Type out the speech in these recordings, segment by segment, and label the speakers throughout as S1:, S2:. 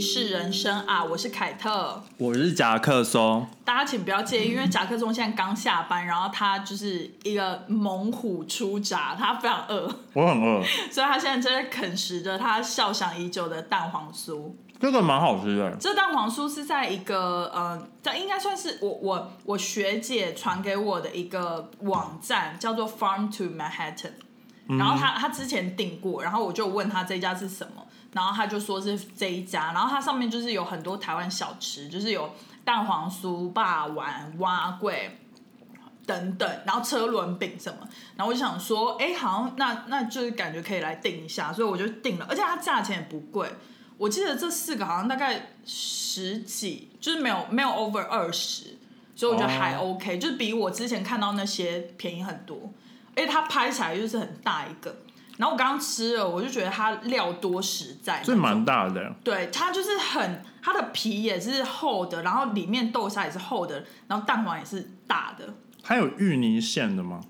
S1: 是人生》啊，我是凯特。
S2: 我是夹克松，
S1: 大家请不要介意，因为夹克松现在刚下班，然后他就是一个猛虎出闸，他非常饿，
S2: 我很饿，
S1: 所以他现在正在啃食着他笑想已久的蛋黄酥。
S2: 这个蛮好吃的，
S1: 这蛋黄酥是在一个呃，在应该算是我我我学姐传给我的一个网站，叫做 Farm to Manhattan。然后她她之前订过，然后我就问她这家是什么，然后她就说是这一家，然后它上面就是有很多台湾小吃，就是有蛋黄酥、霸丸、蛙桂。等等，然后车轮饼什么，然后我就想说，哎，好像那那就是感觉可以来订一下，所以我就订了，而且它价钱也不贵，我记得这四个好像大概十几，就是没有没有 over 二十，所以我觉得还 OK，、就是比我之前看到那些便宜很多，而且它拍起来就是很大一个。然后我刚刚吃了，我就觉得它料多实在，
S2: 这蛮大的，
S1: 对，它就是很，它的皮也是厚的，然后里面豆沙也是厚的，然后蛋黄也是大的，
S2: 它有芋泥馅的吗？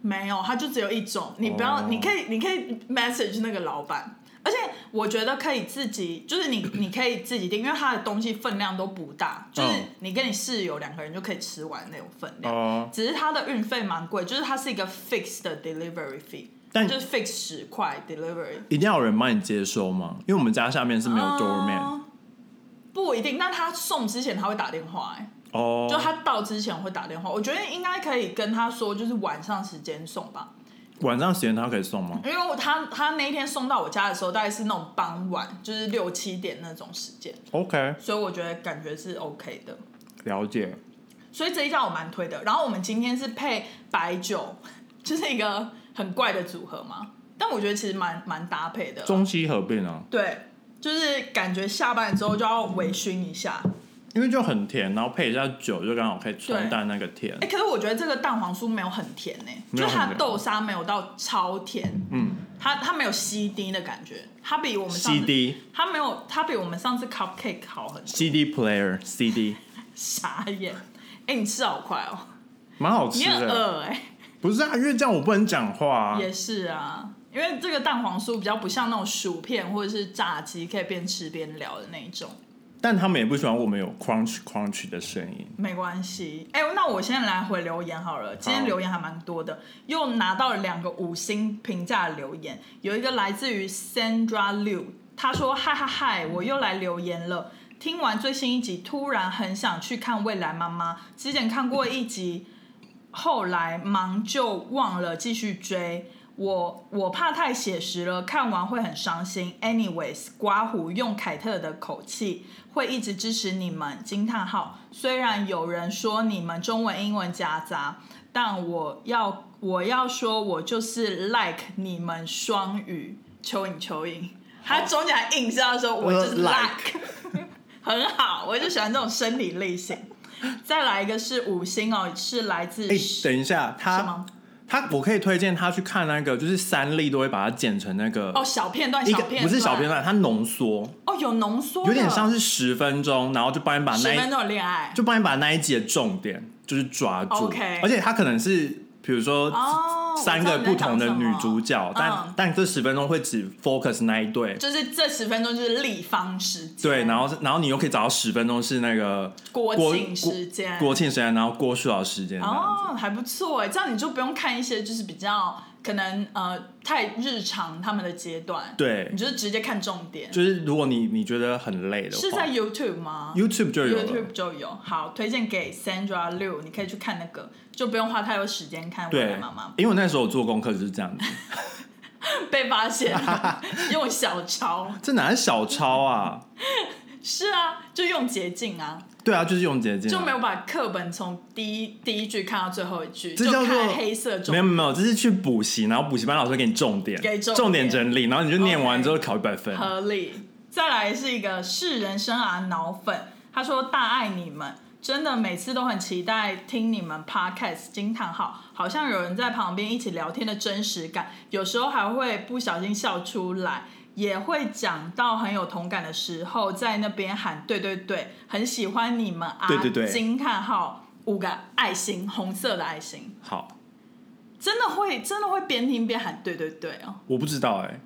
S1: 没有，它就只有一种。你不要
S2: 哦
S1: 你可以，你可以 message 那个老板。而且我觉得可以自己，就是你，你可以自己订，因为它的东西分量都不大，就是
S2: 嗯
S1: 你跟你室友两个人就可以吃完那种分量。
S2: 哦、
S1: 只是它的运费蛮贵，就是它是一个 fixed 的 delivery fee，
S2: 但
S1: 就是 fix 十块 delivery。
S2: 一定要有人帮你接收吗？因为我们家下面是没有 doorman
S1: 嗯不一定，但他送之前他会打电话、哎，
S2: 哦，
S1: 就他到之前会打电话。我觉得应该可以跟他说，就是晚上时间送吧。
S2: 晚上时间他可以送吗？
S1: 因为他他那一天送到我家的时候，大概是那种傍晚，就是六七点那种时间，
S2: OK，
S1: 所以我觉得感觉是 OK 的。
S2: 了解。
S1: 所以这一家我蛮推的。然后我们今天是配白酒，就是一个很怪的组合嘛，但我觉得其实蛮蛮搭配的。
S2: 中西合并啊，
S1: 对，就是感觉下班之后就要微醺一下。
S2: 因为就很甜，然后配一下酒，就刚好可以冲淡那个甜
S1: 哎、。可是我觉得这个蛋黄酥没有很甜呢、
S2: 没
S1: 就
S2: 有很甜
S1: 是它的豆沙没有到超甜，
S2: 嗯
S1: 它它没有稀滴的感觉，它比我们上次
S2: ，CD
S1: 它没有，它比我们上次 cupcake 好很多
S2: CD player CD
S1: 傻眼。哎、你吃好快哦，
S2: 蛮好
S1: 你
S2: 吃
S1: 很
S2: 的，
S1: 饿哎、
S2: 不是啊？因为这样我不能讲话啊。
S1: 也是啊，因为这个蛋黄酥比较不像那种薯片或者是炸鸡，可以边吃边聊的那一种。
S2: 但他们也不喜欢我们有 crunch crunch 的声音。
S1: 没关系，哎、那我现在来回留言好了。今天
S2: 好
S1: 留言还蛮多的，又拿到了两个五星评价的留言，有一个来自于 Sandra Liu，她说：“嗨嗨嗨，我又来留言了。听完最新一集，突然很想去看《未来妈妈》，之前看过一集，后来忙就忘了继续追。”我我怕太写实了，看完会很伤心。Anyways，刮胡用凯特的口气，会一直支持你们。惊叹号！虽然有人说你们中文英文夹杂，但我要我要说，我就是 like 你们双语。蚯蚓，蚯蚓，他中间还硬是要说，我就是
S2: 呃
S1: like，很好，我就喜欢这种生理类型。再来一个是五星哦，是来自
S2: 哎、
S1: 什
S2: 等一下，他
S1: 么？
S2: 他我可以推荐他去看那个，就是三粒都会把它剪成那个、
S1: 哦，小片段，
S2: 一
S1: 小
S2: 个
S1: 片段
S2: 不是小片段，它浓缩，
S1: 哦，有浓缩的，
S2: 有点像是十分钟，然后就帮你把
S1: 十
S2: 那
S1: 分
S2: 一
S1: 钟的恋爱，
S2: 就帮你把那一集的重点就是抓住
S1: OK
S2: 而且它可能是。比如说
S1: 哦
S2: 三个不同的女主角
S1: 我，知道你在讲什么
S2: 但但这十分钟会只 focus 那一对，
S1: 就是这十分钟就是立方时间，
S2: 对，然后是然后你又可以找到十分钟是那个
S1: 国庆时间，
S2: 国庆时间，然后郭书瑶时间这样子，
S1: 哦，还不错哎，这样你就不用看一些就是比较可能呃太日常他们的阶段，，
S2: 对
S1: 你，就直接看重点。
S2: 就是如果你你觉得很累的话，
S1: 是在 YouTube 吗
S2: YouTube 就有了。
S1: YouTube 就有，好，推荐给 Sandra Liu，你可以去看那个，就不用花太多时间看《未来
S2: 对
S1: 妈妈，
S2: 因为我那时候我做功课就是这样子，》，
S1: 被发现了用小抄，
S2: 这哪是小抄啊？
S1: 是啊，就用捷径啊，
S2: 对啊，就是用捷径啊、
S1: 就没有把课本从第一第一句看到最后一句，
S2: 这
S1: 就
S2: 叫做
S1: 看黑色中
S2: 没有没有没有，这是去补习，然后补习班老师给你重点，
S1: 给重点
S2: 点整理，然后你就念完之后考一百分。
S1: 合理。再来是一个是人生啊脑粉，他说大爱你们，真的每次都很期待听你们 podcast 惊叹号，好像有人在旁边一起聊天的真实感，有时候还会不小心笑出来。也会讲到很有同感的时候，在那边喊对对对，很喜欢你们啊！
S2: 对对对
S1: 惊叹号五个爱心，红色的爱心。
S2: 好，
S1: 真的会真的会边听边喊对对对哦，
S2: 我不知道哎、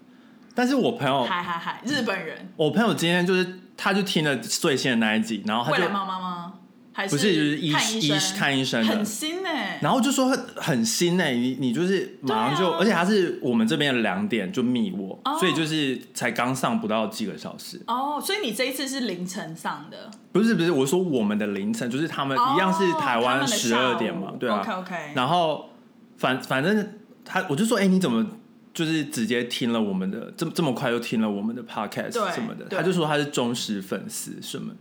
S2: 但是我朋友，
S1: 嗨嗨嗨，日本人，
S2: 我朋友今天就是，他就听了最新的那一集，然后哦他
S1: 未
S2: 就
S1: 来，妈妈吗？还
S2: 不是就是医
S1: 看医
S2: 医看医生的
S1: 很新哎、
S2: 然后就说很很新哎、你你就是马上就，
S1: 对啊
S2: 而且他是我们这边的两点就密我，
S1: 哦
S2: 所以就是才刚上不到几个小时，
S1: 哦，所以你这一次是凌晨上的，
S2: 不是不是，我说我们的凌晨就是他们
S1: 哦
S2: 呃一样是台
S1: 他
S2: 湾
S1: 们的
S2: 十
S1: 下
S2: 二
S1: 午
S2: 点嘛，对啊
S1: OK OK，
S2: 然后反反正他我就说，哎、你怎么就是直接听了我们的这么这么快就听了我们的 podcast
S1: 对
S2: 什么的？
S1: 对
S2: 他就说他是忠实粉丝什么，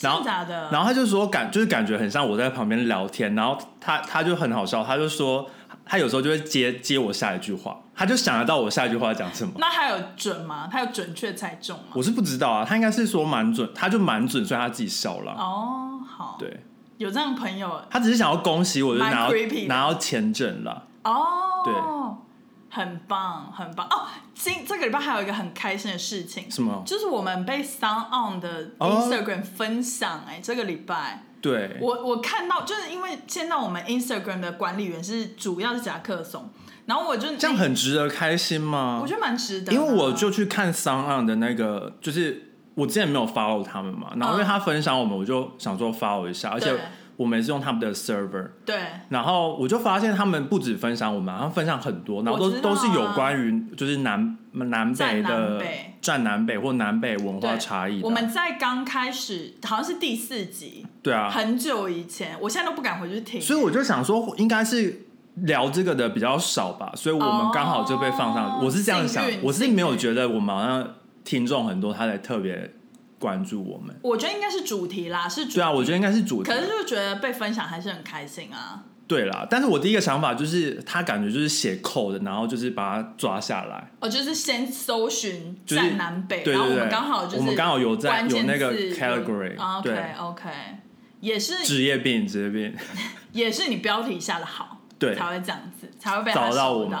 S2: 然后
S1: 真的假的？
S2: 然后他就说感就是感觉很像我在旁边聊天，然后他他就很好笑，他就说他有时候就会接接我下一句话，他就想得到我下一句话讲什么。
S1: 那还有准吗？他有准确猜中吗？
S2: 我是不知道啊，他应该是说蛮准，他就蛮准，所以他自己笑了。
S1: 哦，好，
S2: 啊对
S1: 有这样的朋友
S2: 他只是想要恭喜我，就
S1: 蛮
S2: 拿到
S1: creepy 的
S2: 拿到签证了。
S1: 哦，对，很棒，很棒哦。今这个礼拜还有一个很开心的事情，
S2: 什么
S1: 就是我们被 Sound On 的
S2: 哦
S1: Instagram 分享、哎、这个礼拜。
S2: 对，
S1: 我我看到，就是因为现在我们 Instagram 的管理员是主要是夹克松，然后我就
S2: 这样很值得开心吗？
S1: 我觉得蛮值得的啊，
S2: 因为我就去看桑岸的那个，就是我之前没有 follow 他们嘛，然后因为他分享我们，我就想说 follow 一下，而且
S1: 对
S2: 我们也是用他们的 server，
S1: 对
S2: 然后我就发现他们不止分享我们，他们分享很多，然
S1: 我
S2: 后都、
S1: 知道啊
S2: 都是有关于就是南南北
S1: 占
S2: 的
S1: 南北
S2: 占南北或南北文化
S1: 对
S2: 差异的，啊
S1: 我们在刚开始好像是第四集，
S2: 对啊，
S1: 很久以前，我现在都不敢回去听。
S2: 所以我就想说应该是。聊这个的比较少吧，所以我们刚好就被放上。
S1: 哦
S2: 我是这样想
S1: 幸，运
S2: 我是没有
S1: 幸运
S2: 觉得我们好像听众很多，他才特别关注我们。
S1: 我觉得应该是主题啦，是主
S2: 对啊，我觉得应该是主题
S1: 可。是就觉得被分享还是很开心啊。
S2: 对啦，但是我第一个想法就是，他感觉就是写扣的，然后就是把它抓下来。
S1: 我哦就是先搜寻
S2: 就是
S1: 占南北，
S2: 对
S1: 然后我
S2: 对
S1: 们
S2: 对，
S1: 刚好就是
S2: 我们刚好有在
S1: 关
S2: 有
S1: 键
S2: 那个
S1: 字啊
S2: category，、
S1: OK
S2: 对，
S1: OK，也是
S2: 职业病，职业病，
S1: 也是你标题下的好，
S2: 对
S1: 才会这样子，才会被他
S2: 找到
S1: 收
S2: 我们。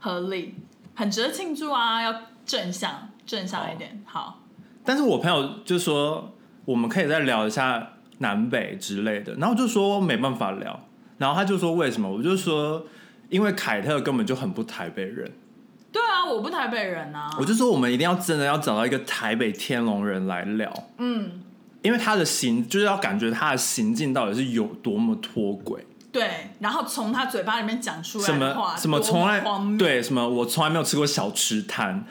S1: 合理，很值得庆祝啊！要正向正向一点，好
S2: 但是我朋友就说，我们可以再聊一下南北之类的，然后我就说没办法聊，然后他就说为什么？我就说，因为凯特根本就很不台北人。
S1: 对啊，我不台北人啊，
S2: 我就说我们一定要真的要找到一个台北天龙人来聊，
S1: 嗯，
S2: 因为他的行就是要感觉他的行径到底是有多么脱轨，
S1: 对，然后从他嘴巴里面讲出来
S2: 什
S1: 的话
S2: 么，什么
S1: 多
S2: 从来
S1: 荒谬
S2: 对什么我从来没有吃过小吃摊，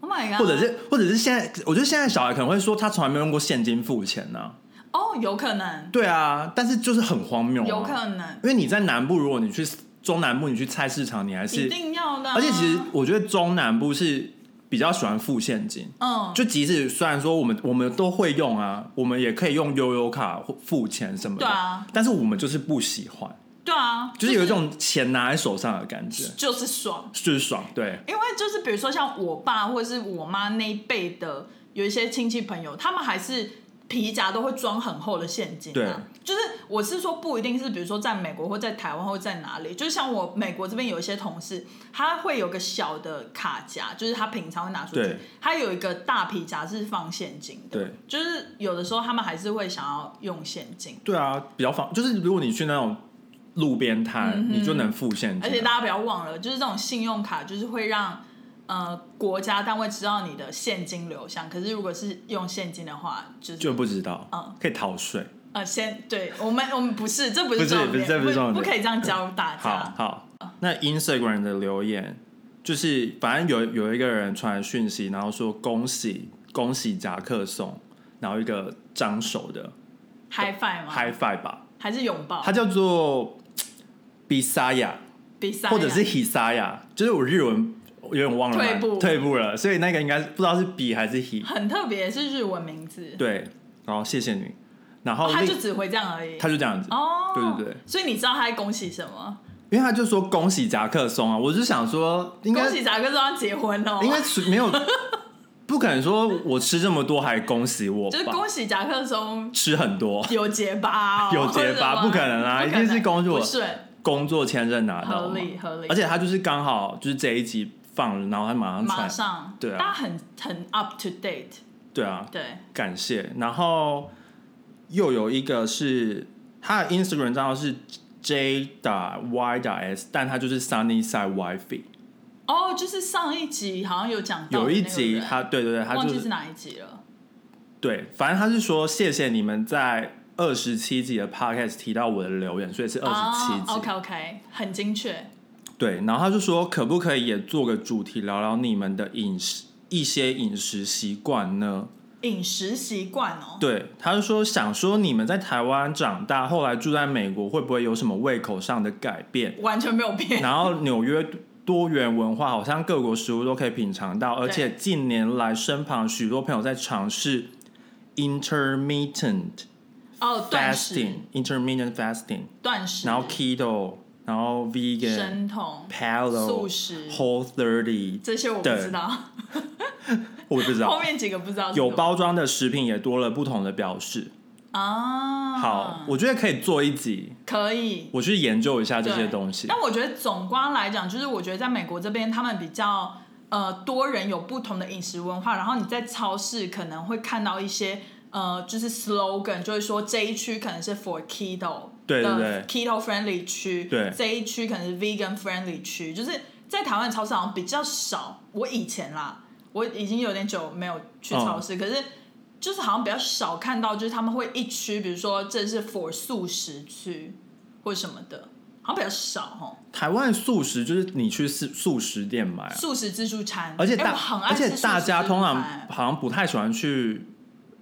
S1: ，Oh my god，
S2: 或者是或者是现在，我觉得现在小孩可能会说他从来没有用过现金付钱呢、
S1: 哦，有可能，
S2: 对啊，但是就是很荒谬、啊，
S1: 有可能，
S2: 因为你在南部，如果你去中南部，你去菜市场，你还
S1: 一
S2: 是，
S1: 定要的啊、
S2: 而且其实我觉得中南部是比较喜欢付现金，
S1: 嗯，
S2: 就即使虽然说我们我们都会用啊，我们也可以用悠游卡或付钱什么的，
S1: 对啊，
S2: 但是我们就是不喜欢，
S1: 对啊，
S2: 就是有一种钱拿在手上的感觉，
S1: 就是爽，
S2: 就是爽，对，
S1: 因为就是比如说像我爸或者是我妈那一辈的有一些亲戚朋友，他们还是皮夹都会装很厚的现金、啊。就是我是说不一定是比如说在美国或在台湾或在哪里，就像我美国这边有一些同事，他会有个小的卡夹，就是他平常会拿出去
S2: 对，
S1: 他有一个大皮夹是放现金的。
S2: 对，
S1: 就是有的时候他们还是会想要用现金。
S2: 对啊，比较方，就是如果你去那种路边摊，你就能付现金
S1: 嗯
S2: 啊、
S1: 而且大家不要忘了，就是这种信用卡就是会让呃国家单位知道你的现金流向，可是如果是用现金的话，就是
S2: 就不知道，
S1: 嗯
S2: 可以逃税，
S1: 呃先对我们我们不是这不是
S2: 不是
S1: 重
S2: 不是这
S1: 点，
S2: 不是重点
S1: 不可以这样教大
S2: 好
S1: 家。
S2: 好。
S1: 嗯
S2: 那 Instagram 的留言就是，反正有有一个人传讯息，然后说恭喜恭喜夹克松，然后一个张手的
S1: High five 吗？
S2: high five 吧，
S1: 还是拥抱？
S2: 它叫做 Bisaya
S1: 比赛
S2: 或者是 Hisaya，就是我日文有点忘了嘛，
S1: 退步
S2: 退步了，所以那个应该不知道是 B 还 是 He。
S1: 很特别，是日文名字，
S2: 对，然后谢谢你，然后
S1: 哦他
S2: 另
S1: 就只会这样而已。
S2: 他就这样子，
S1: 哦，
S2: 对对对，
S1: 所以你知道他在恭喜什么？
S2: 因为他就说恭喜夹克松啊，我就想说应该
S1: 恭喜啊杂哥说要结婚哦了，
S2: 应该是没有， 不可能说我吃这么多还恭喜我
S1: 就是
S2: 吧，
S1: 恭喜夹克松
S2: 吃很多，
S1: 有结巴、哦，
S2: 有结巴
S1: 或者什么
S2: 不可能啊
S1: 不可
S2: 一定是恭喜我
S1: 不顺。
S2: 工作签证拿到
S1: 合
S2: 嘛，
S1: 理合理，
S2: 而且他就是刚好就是这一集放了，然后他马上
S1: 马
S2: 传，
S1: 上
S2: 对啊
S1: 大家很很 up to date，
S2: 对啊，
S1: 对，
S2: 感谢。然后又有一个是他的 Instagram 账号是 J 打 Y 打 S，但他就是 Sunny Side WiFi，
S1: 哦，就是上一集好像有讲到的
S2: 有一
S1: 哦那个
S2: 集
S1: 人
S2: 他对对对，他
S1: 忘
S2: 就
S1: 记是
S2: 是
S1: 哪一集了。
S2: 对，反正他是说谢谢你们在二十七集的 podcast 提到我的留言，所以是二十七集。
S1: 哦 OK OK，很精确。
S2: 对，然后他就说，可不可以也做个主题，聊聊你们的饮食一些饮食习惯呢？
S1: 饮食习惯哦，
S2: 对，他就说想说你们在台湾长大，后来住在美国，会不会有什么胃口上的改变？
S1: 完全没有 变。
S2: 然后纽约多元文化，好像各国食物都可以品尝到，而且近年来身旁许多朋友在尝试 intermittent
S1: 哦，断食、
S2: fasting，intermittent fasting，
S1: 断食，
S2: 然后 keto，然后 vegan。
S1: 生酮、素
S2: Paleo、
S1: 食
S2: Whole Thirty
S1: 这些我不知道，
S2: 我不知
S1: 后
S2: 道，
S1: 面几个不知道是什么
S2: 有包装的食品也多了不同的表示。
S1: 啊。
S2: 好，我觉得可以做一集，
S1: 可以
S2: 我去研究一下这些
S1: 对
S2: 东西。
S1: 但我觉得总观来讲，就是我觉得在美国这边，他们比较呃多人有不同的饮食文化，然后你在超市可能会看到一些。呃，就是 slogan，就是说这一区可能是 for keto
S2: 对对
S1: 的 keto friendly 区，
S2: 对
S1: 这一区可能是 vegan friendly 区，就是在台湾超市好像比较少。我以前啦，我已经有点久没有去超
S2: 嗯
S1: 市，可是就是好像比较少看到，就是他们会一区，比如说这是 for 素食区或什么的，好像比较少哦。
S2: 台湾素食就是你去素素食店买、啊，
S1: 素食自助餐，
S2: 而且
S1: 哎
S2: 大、
S1: 我很爱
S2: 而且
S1: 吃素食
S2: 大家
S1: 自助
S2: 通常
S1: 餐
S2: 好像不太喜欢去，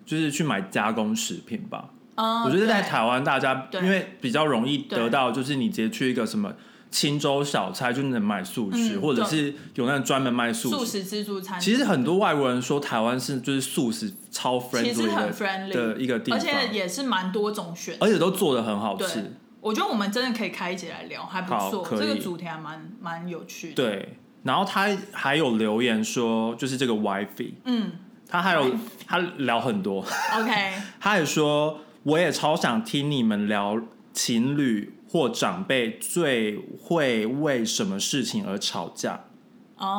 S2: 就是去买加工食品吧。
S1: 嗯，
S2: 我觉得在
S1: 对
S2: 台湾大家
S1: 对
S2: 因为比较容易得
S1: 对
S2: 到，就是你直接去一个什么。青州小菜就能买素食，
S1: 嗯
S2: 或者
S1: 对
S2: 是有那种专门卖素
S1: 素
S2: 食。
S1: 食自助餐，
S2: 其实很多外国人说台湾是就是素食超 friendly 的
S1: 其实很 friendly
S2: 的一个地方，
S1: 而且也是蛮多种选。
S2: 而且都做的很好吃
S1: 对。我觉得我们真的可以开一节来聊，还不
S2: 好
S1: 错，
S2: 可以
S1: 这个主题还蛮蛮有趣的。，
S2: 对，然后他还有留言说，就是这个 WiFi，
S1: 嗯
S2: 他还有他聊很多，
S1: ，OK，
S2: 他也说我也超想听你们聊情侣或长辈最会为什么事情而吵架，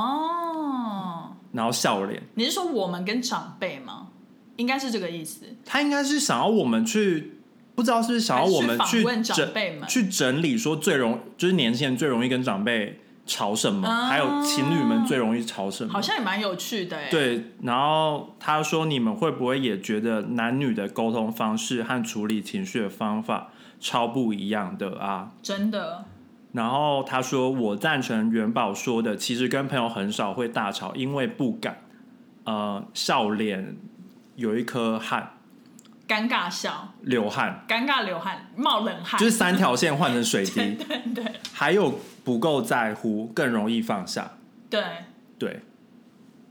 S1: 哦，
S2: 然后笑脸。
S1: 你是说我们跟长辈吗？应该是这个意思。
S2: 他应该是想要我们去，不知道是不是想要我们
S1: 还是
S2: 去
S1: 访问长
S2: 整
S1: 辈们
S2: 去整理说最容就是年轻人最容易跟长辈吵什么，
S1: 啊
S2: 还有情侣们最容易吵什么。
S1: 好像也蛮有趣的哎。，
S2: 对，然后他说你们会不会也觉得男女的沟通方式和处理情绪的方法超不一样的啊？
S1: 真的，
S2: 然后他说我赞成元宝说的，其实跟朋友很少会大吵，因为不敢。呃，笑脸有一颗汗，
S1: 尴尬笑，
S2: 流汗。
S1: 尴尬流汗，冒冷汗，
S2: 就是三条线换成水滴，还有不够在乎，更容易放下，
S1: 对。
S2: 对，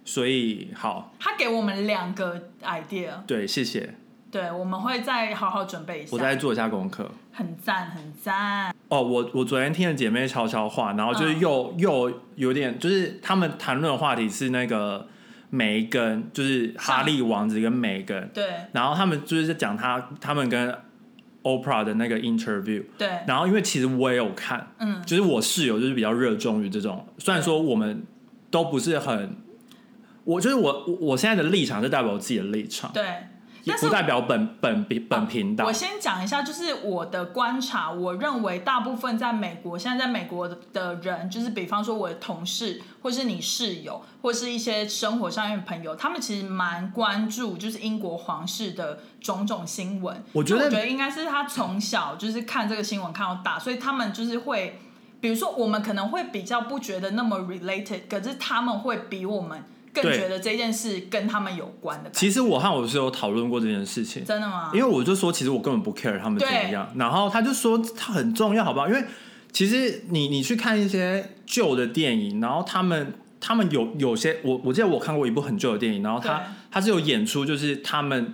S2: 所以好，
S1: 他给我们两个 idea，
S2: 对，谢谢，
S1: 对，我们会再好好准备一下。
S2: 我再做一下功课。
S1: 很赞，很赞。
S2: 哦，我我昨天听了姐妹悄悄话，然后就是
S1: 嗯
S2: 又、又有点，就是他们谈论的话题是那个梅根，就是哈利王子跟梅根，
S1: 对
S2: 然后他们就是在讲他他们跟 Oprah 的那个 interview，
S1: 对，
S2: 然后因为其实我也有看，
S1: 嗯，
S2: 就是我室友就是比较热衷于这种，虽然说我们都不是很，我就是我我我现在的立场是代表我自己的立场，
S1: 对。
S2: 也
S1: 但
S2: 不
S1: 是
S2: 代表本本频本频道
S1: 我。先讲一下，就是我的观察，我认为大部分在美国，现在在美国的人，就是比方说我的同事，或是你室友，或是一些生活上面的朋友，他们其实蛮关注就是英国皇室的种种新闻。
S2: 我觉得
S1: 就我觉得应该是他从小就是看这个新闻看到大，所以他们就是会，比如说我们可能会比较不觉得那么 related，可是他们会比我们更
S2: 对
S1: 觉得这件事跟他们有关的感觉。
S2: 其实我和我室友讨论过这件事情，
S1: 真的吗？
S2: 因为我就说其实我根本不 care 他们怎么样，然后他就说他很重要，好不好？因为其实你你去看一些旧的电影，然后他们。他们有有些我我记得我看过一部很旧的电影，然后他
S1: 对
S2: 他是有演出，就是他们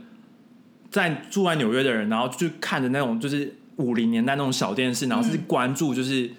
S2: 在住在纽约的人，然后去看着那种就是五零年代那种小电视，然后是关注就是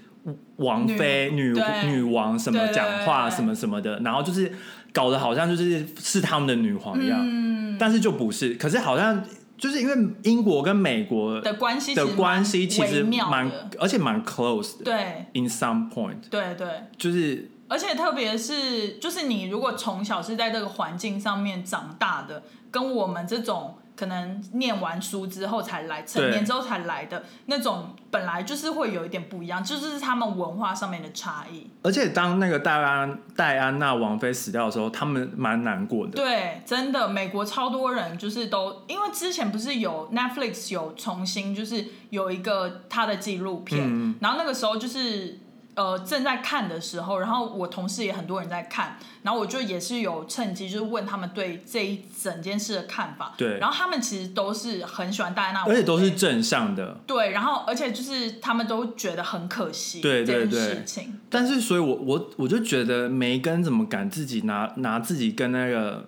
S2: 王妃、女
S1: 女对
S2: 女王什么
S1: 对对
S2: 讲话
S1: 对对
S2: 什么什么的，然后就是搞得好像就是是他们的女皇一样，
S1: 嗯
S2: 但是就不是。可是好像就是因为英国跟美国
S1: 的关系其实
S2: 的
S1: 蛮
S2: 关系其实
S1: 微妙
S2: 蛮
S1: 的，
S2: 而且蛮 close 的
S1: 对
S2: ，in some point
S1: 对对，
S2: 就是
S1: 而且特别是就是你如果从小是在这个环境上面长大的，跟我们这种。可能念完书之后才来，成年之后才来的那种，本来就是会有一点不一样，就是他们文化上面的差异。
S2: 而且当那个戴安戴安娜王妃死掉的时候，他们蛮难过的。
S1: 对，真的，美国超多人就是都，因为之前不是有 Netflix 有重新就是有一个他的纪录片，
S2: 嗯
S1: 然后那个时候就是呃正在看的时候，然后我同事也很多人在看，然后我就也是有趁机就是问他们对这一整件事的看法，
S2: 对
S1: 然后他们其实都是很喜欢戴安娜王妃，
S2: 而且都是正向的。
S1: 啊对，然后而且就是他们都觉得很可惜，
S2: 对对
S1: 这件
S2: 对
S1: 事情，
S2: 但是，所以我我我就觉得梅根怎么敢自己拿拿自己跟那个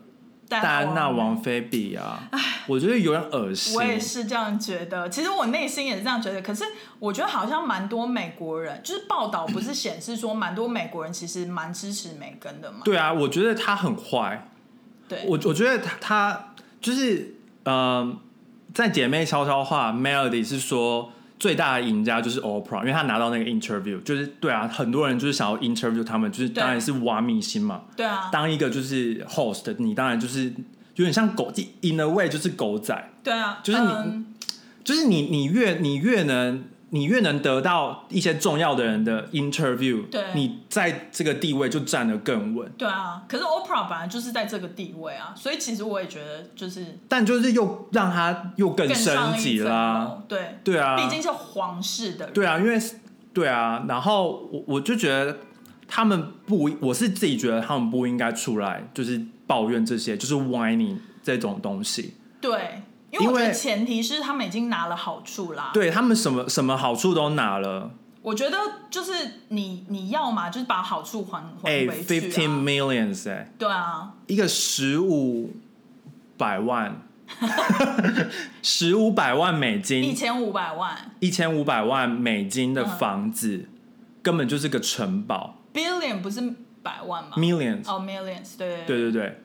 S1: 戴
S2: 戴安娜
S1: 妃
S2: 王妃比啊？我觉得有点恶心。
S1: 我也是这样觉得，其实我内心也是这样觉得。可是我觉得好像蛮多美国人，就是报道不是显示说蛮多美国人其实蛮支持梅根的嘛？
S2: 对啊，我觉得他很坏。
S1: 对，
S2: 我我觉得他他就是呃，在姐妹悄悄话 Melody 是说最大的赢家就是 Oprah，因为他拿到那个 interview，就是对啊，很多人就是想要 interview 他们，就是
S1: 对
S2: 当然是挖明星嘛。
S1: 对啊，
S2: 当一个就是 host，你当然就是有点像狗，in a way 就是狗仔，
S1: 对啊，
S2: 就是你
S1: 嗯
S2: 就是你你越你越能。你越能得到一些重要的人的 interview，
S1: 对
S2: 你在这个地位就站得更稳。
S1: 对啊。可是 Oprah 本来就是在这个地位啊，所以其实我也觉得就是
S2: 但就是又让他又更
S1: 更
S2: 升
S1: 上一
S2: 级
S1: 层
S2: 啦，
S1: 楼，对，
S2: 对啊，
S1: 毕竟是皇室的人，
S2: 对啊，因为是对啊，然后我我就觉得他们不，我是自己觉得他们不应该出来，就是抱怨这些，就是 whining 这种东西。
S1: 对，因为我觉
S2: 因为
S1: 得前提是他们已经拿了好处啦，
S2: 对他们什么什么好处都拿了，
S1: 我觉得就是你你要嘛，就是把好处还还
S2: 哎
S1: 回去、
S2: ，fifteen
S1: 啊。
S2: millions 哎、
S1: 对啊，
S2: 一个十五百万，十五百万美
S1: 一
S2: 金，
S1: 千五百万
S2: 一千五百万美金的
S1: 嗯
S2: 房子，根本就是个城堡
S1: ，billion 不是百万吗？
S2: ，millions。
S1: 哦、m i l l i o n s 对
S2: 对对对，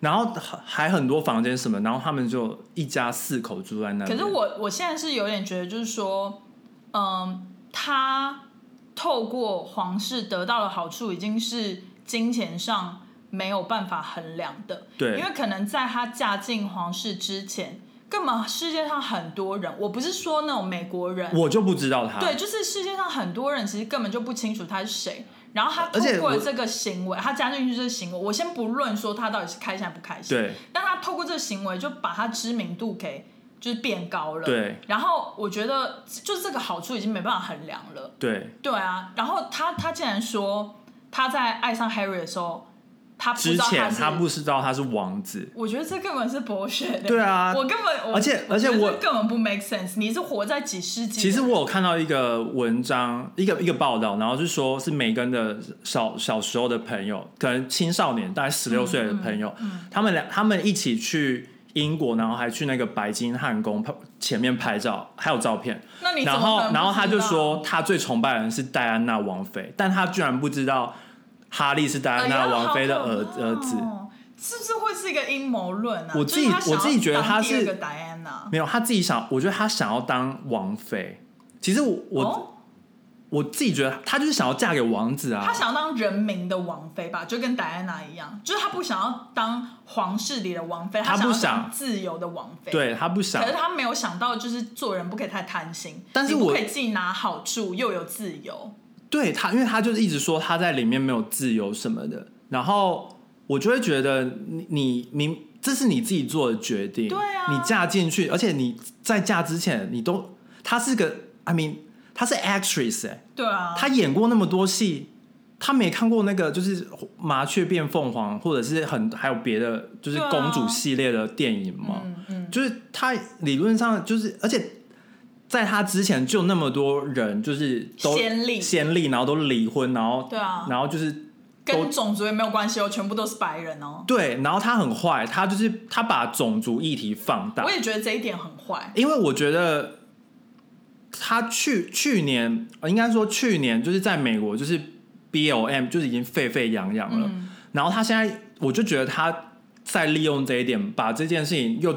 S2: 然后还很多房间什么，然后他们就一家四口住在那
S1: 可
S2: 边。
S1: 是我我现在是有点觉得，就是说，嗯，他透过皇室得到的好处，已经是金钱上没有办法衡量的。
S2: 对
S1: 因为可能在她嫁进皇室之前，根本世界上很多人，我不是说那种美国人，
S2: 我就不知道他，
S1: 对，就是世界上很多人其实根本就不清楚他是谁。然后他
S2: 而且
S1: 通过
S2: 我
S1: 了这个行为，他加进去这个行为，我先不论说他到底是开心还不开心，
S2: 对
S1: 但他透过这个行为就把他知名度给就是变高了。
S2: 对
S1: 然后我觉得就是这个好处已经没办法衡量了。
S2: 对
S1: 对啊，然后他他竟然说他在爱上 Harry 的时候，他不知
S2: 之
S1: 道
S2: 前
S1: 是，
S2: 他不知道他是王子，
S1: 我觉得这根本是博学的。
S2: 对啊
S1: 我根本我
S2: 而且而且
S1: 觉得
S2: 我
S1: 这根本不 make sense。你是活在几世纪的人？
S2: 其实我有看到一个文章，一个一个报道，然后是说是梅根的小小时候的朋友，可能青少年，大概十六岁的朋友，他们俩他们一起去英国，然后还去那个白金汉宫拍前面拍照，还有照片。
S1: 那你怎
S2: 然
S1: 么
S2: 后
S1: 可能，不
S2: 然后他
S1: 知
S2: 就
S1: 道
S2: 说他最崇拜的人是戴安娜王妃，但他居然不知道哈利是戴安
S1: 哎
S2: 娜
S1: 呀
S2: 王妃的
S1: 好可
S2: 儿、
S1: 怕
S2: 儿子。
S1: 哦，是不是会是一个阴谋论啊？
S2: 我
S1: 就
S2: 自己
S1: 是他想
S2: 我自己
S1: 要
S2: 觉得
S1: 当
S2: 他
S1: 第
S2: 是
S1: 二个 Diana
S2: 没有，他自己想，我觉得他想要当王妃。其实我我、
S1: 哦，
S2: 我自己觉得他就是想要嫁给王子啊
S1: 他。想要当人民的王妃吧，就跟 Diana 一样，就是他不想要当皇室里的王妃，
S2: 他
S1: 想
S2: 不
S1: 要当
S2: 想
S1: 自由的王妃。。
S2: 对他不想
S1: 可是，他没有想到，就是做人不可以太贪心，
S2: 但是
S1: 你不
S2: 我
S1: 可以既拿好处又有自由。
S2: 对他，因为他就是一直说他在里面没有自由什么的，然后我就会觉得你你你这是你自己做的决定，
S1: 对啊
S2: 你嫁进去，而且你在嫁之前，你都她是个，I mean，她是 actress 哎、
S1: 对啊，
S2: 他演过那么多戏，他没看过那个就是麻雀变凤凰，或者是很还有别的就是
S1: 对啊
S2: 公主系列的电影吗？
S1: 嗯嗯，
S2: 就是他理论上就是，而且在他之前就那么多人就是都
S1: 先例
S2: 先例，然后都离婚，然后
S1: 对啊
S2: 然后就是都
S1: 跟种族也没有关系哦，全部都是白人哦。
S2: 对，然后他很坏，他就是他把种族议题放大
S1: 我，也觉得这一点很坏。
S2: 因为我觉得他去去年，呃应该说去年就是在美国，就是 B L M 就是已经沸沸扬扬了。
S1: 嗯，
S2: 然后他现在，我就觉得他在利用这一点，把这件事情又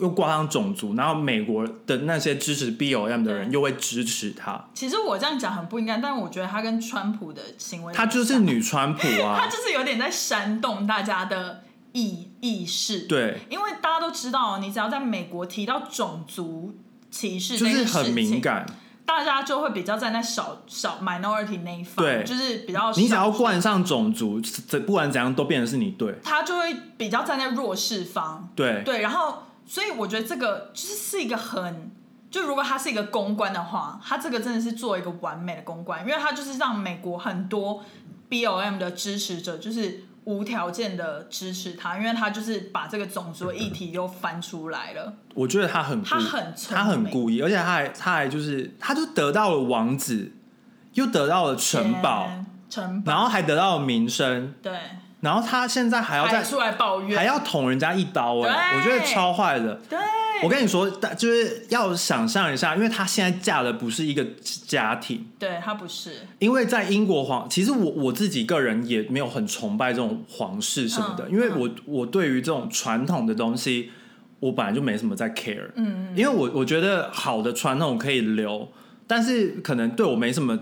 S2: 又挂上种族，然后美国的那些支持 B L M 的人
S1: 对
S2: 又会支持他，
S1: 其实我这样讲很不应该，但我觉得他跟川普的行为很像，
S2: 他就是女川普
S1: 他
S2: 啊，
S1: 就是有点在煽动大家的意意识。
S2: 对，
S1: 因为大家都知道，你只要在美国提到种族歧视
S2: 就
S1: 这件
S2: 是
S1: 事情，
S2: 很敏感。
S1: 大家就会比较站在少少 minority 那一方，
S2: 对
S1: 就是比较
S2: 你只
S1: 少
S2: 要冠上种族，这不管怎样都变成是你对
S1: 他就会比较站在弱势方，
S2: 对
S1: 对，然后所以我觉得这个就是是一个很，就如果他是一个公关的话，他这个真的是做一个完美的公关，因为他就是让美国很多 BOM 的支持者就是无条件的支持他，因为他就是把这个种族议题又翻出来了，
S2: 我觉得他很故
S1: 他很聪明
S2: 他很故意，而且他还他还就是他就得到了王子，又得到了城堡，
S1: 钱，城堡，
S2: 然后还得到了名声，
S1: 对，
S2: 然后他现在还要
S1: 还
S2: 再
S1: 出来抱怨，
S2: 还要捅人家一刀哎、
S1: 对
S2: 我觉得超坏的。
S1: 对，
S2: 我跟你说，但就是要想象一下，因为她现在嫁的不是一个家庭，
S1: 对他不是，
S2: 因为在英国皇，其实我我自己个人也没有很崇拜这种皇室什么的，
S1: 嗯
S2: 因为我我对于这种传统的东西，我本来就没什么在 care，
S1: 嗯，
S2: 因为我我觉得好的传统可以留，但是可能对我没什么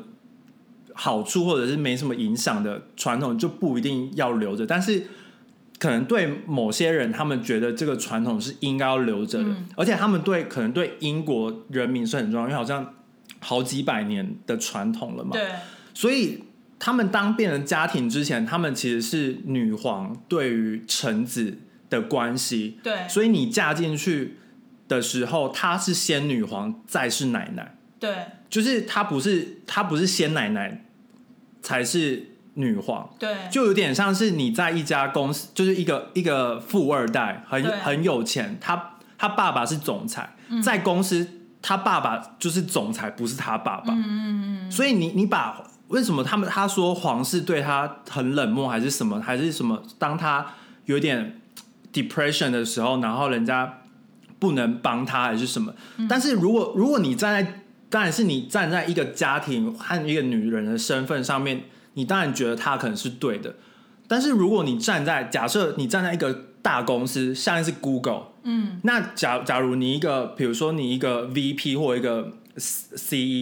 S2: 好处或者是没什么影响的传统就不一定要留着，但是可能对某些人，他们觉得这个传统是应该要留着的，
S1: 嗯
S2: 而且他们对可能对英国人民是很重要，因为好像好几百年的传统了嘛，
S1: 对，
S2: 所以他们当变成家庭之前，他们其实是女皇对于臣子的关系，
S1: 对，
S2: 所以你嫁进去的时候，她是先女皇，再是奶奶，
S1: 对，
S2: 就是她不是她不是先奶奶才是女皇，
S1: 对，
S2: 就有点像是你在一家公司，就是一个一个富二代，很
S1: 对
S2: 很有钱，他他爸爸是总裁，在公司他爸爸就是总裁，不是他爸爸。嗯嗯嗯。所以你你把为什么他们他说皇室对他很冷漠，还是什么，还是什么？当他有点 depression 的时候，然后人家不能帮他还是什么？
S1: 嗯
S2: 但是如果如果你站在，当然是你站在一个家庭和一个女人的身份上面，你当然觉得他可能是对的。但是如果你站在假设你站在一个大公司，像是 Google，
S1: 嗯，
S2: 那假假如你一个，比如说你一个 VP 或一个 C-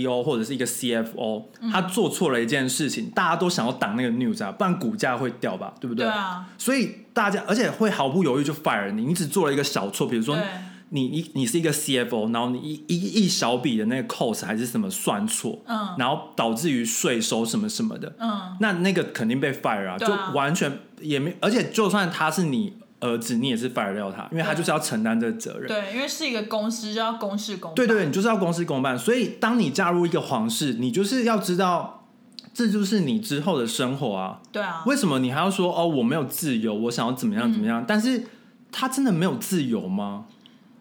S2: CEO 或者是一个 CFO，、他
S1: 嗯
S2: 做错了一件事情，大家都想要挡那个 news 啊，不然股价会掉吧，对不
S1: 对啊，
S2: 所以大家而且会毫不犹豫就 fire 你，你只做了一个小错，比如说
S1: 对
S2: 你你你是一个 CFO，然后你一一一小笔的那个 cost 还是什么算错，
S1: 嗯
S2: 然后导致于税收什么什么的，
S1: 嗯。
S2: 那那个肯定被 fire 啊，
S1: 对
S2: 就
S1: 啊
S2: 完全也没，而且就算他是你儿子，你也是 fire 掉他，因为他
S1: 对啊
S2: 就是要承担这个责任。
S1: 对，因为是一个公司，就要公事公办。
S2: 对对，你就是要公事公办。所以当你加入一个皇室，你就是要知道，这就是你之后的生活啊。
S1: 对啊，
S2: 为什么你还要说哦，我没有自由，我想要怎么样怎么
S1: 嗯
S2: 样？但是他真的没有自由吗？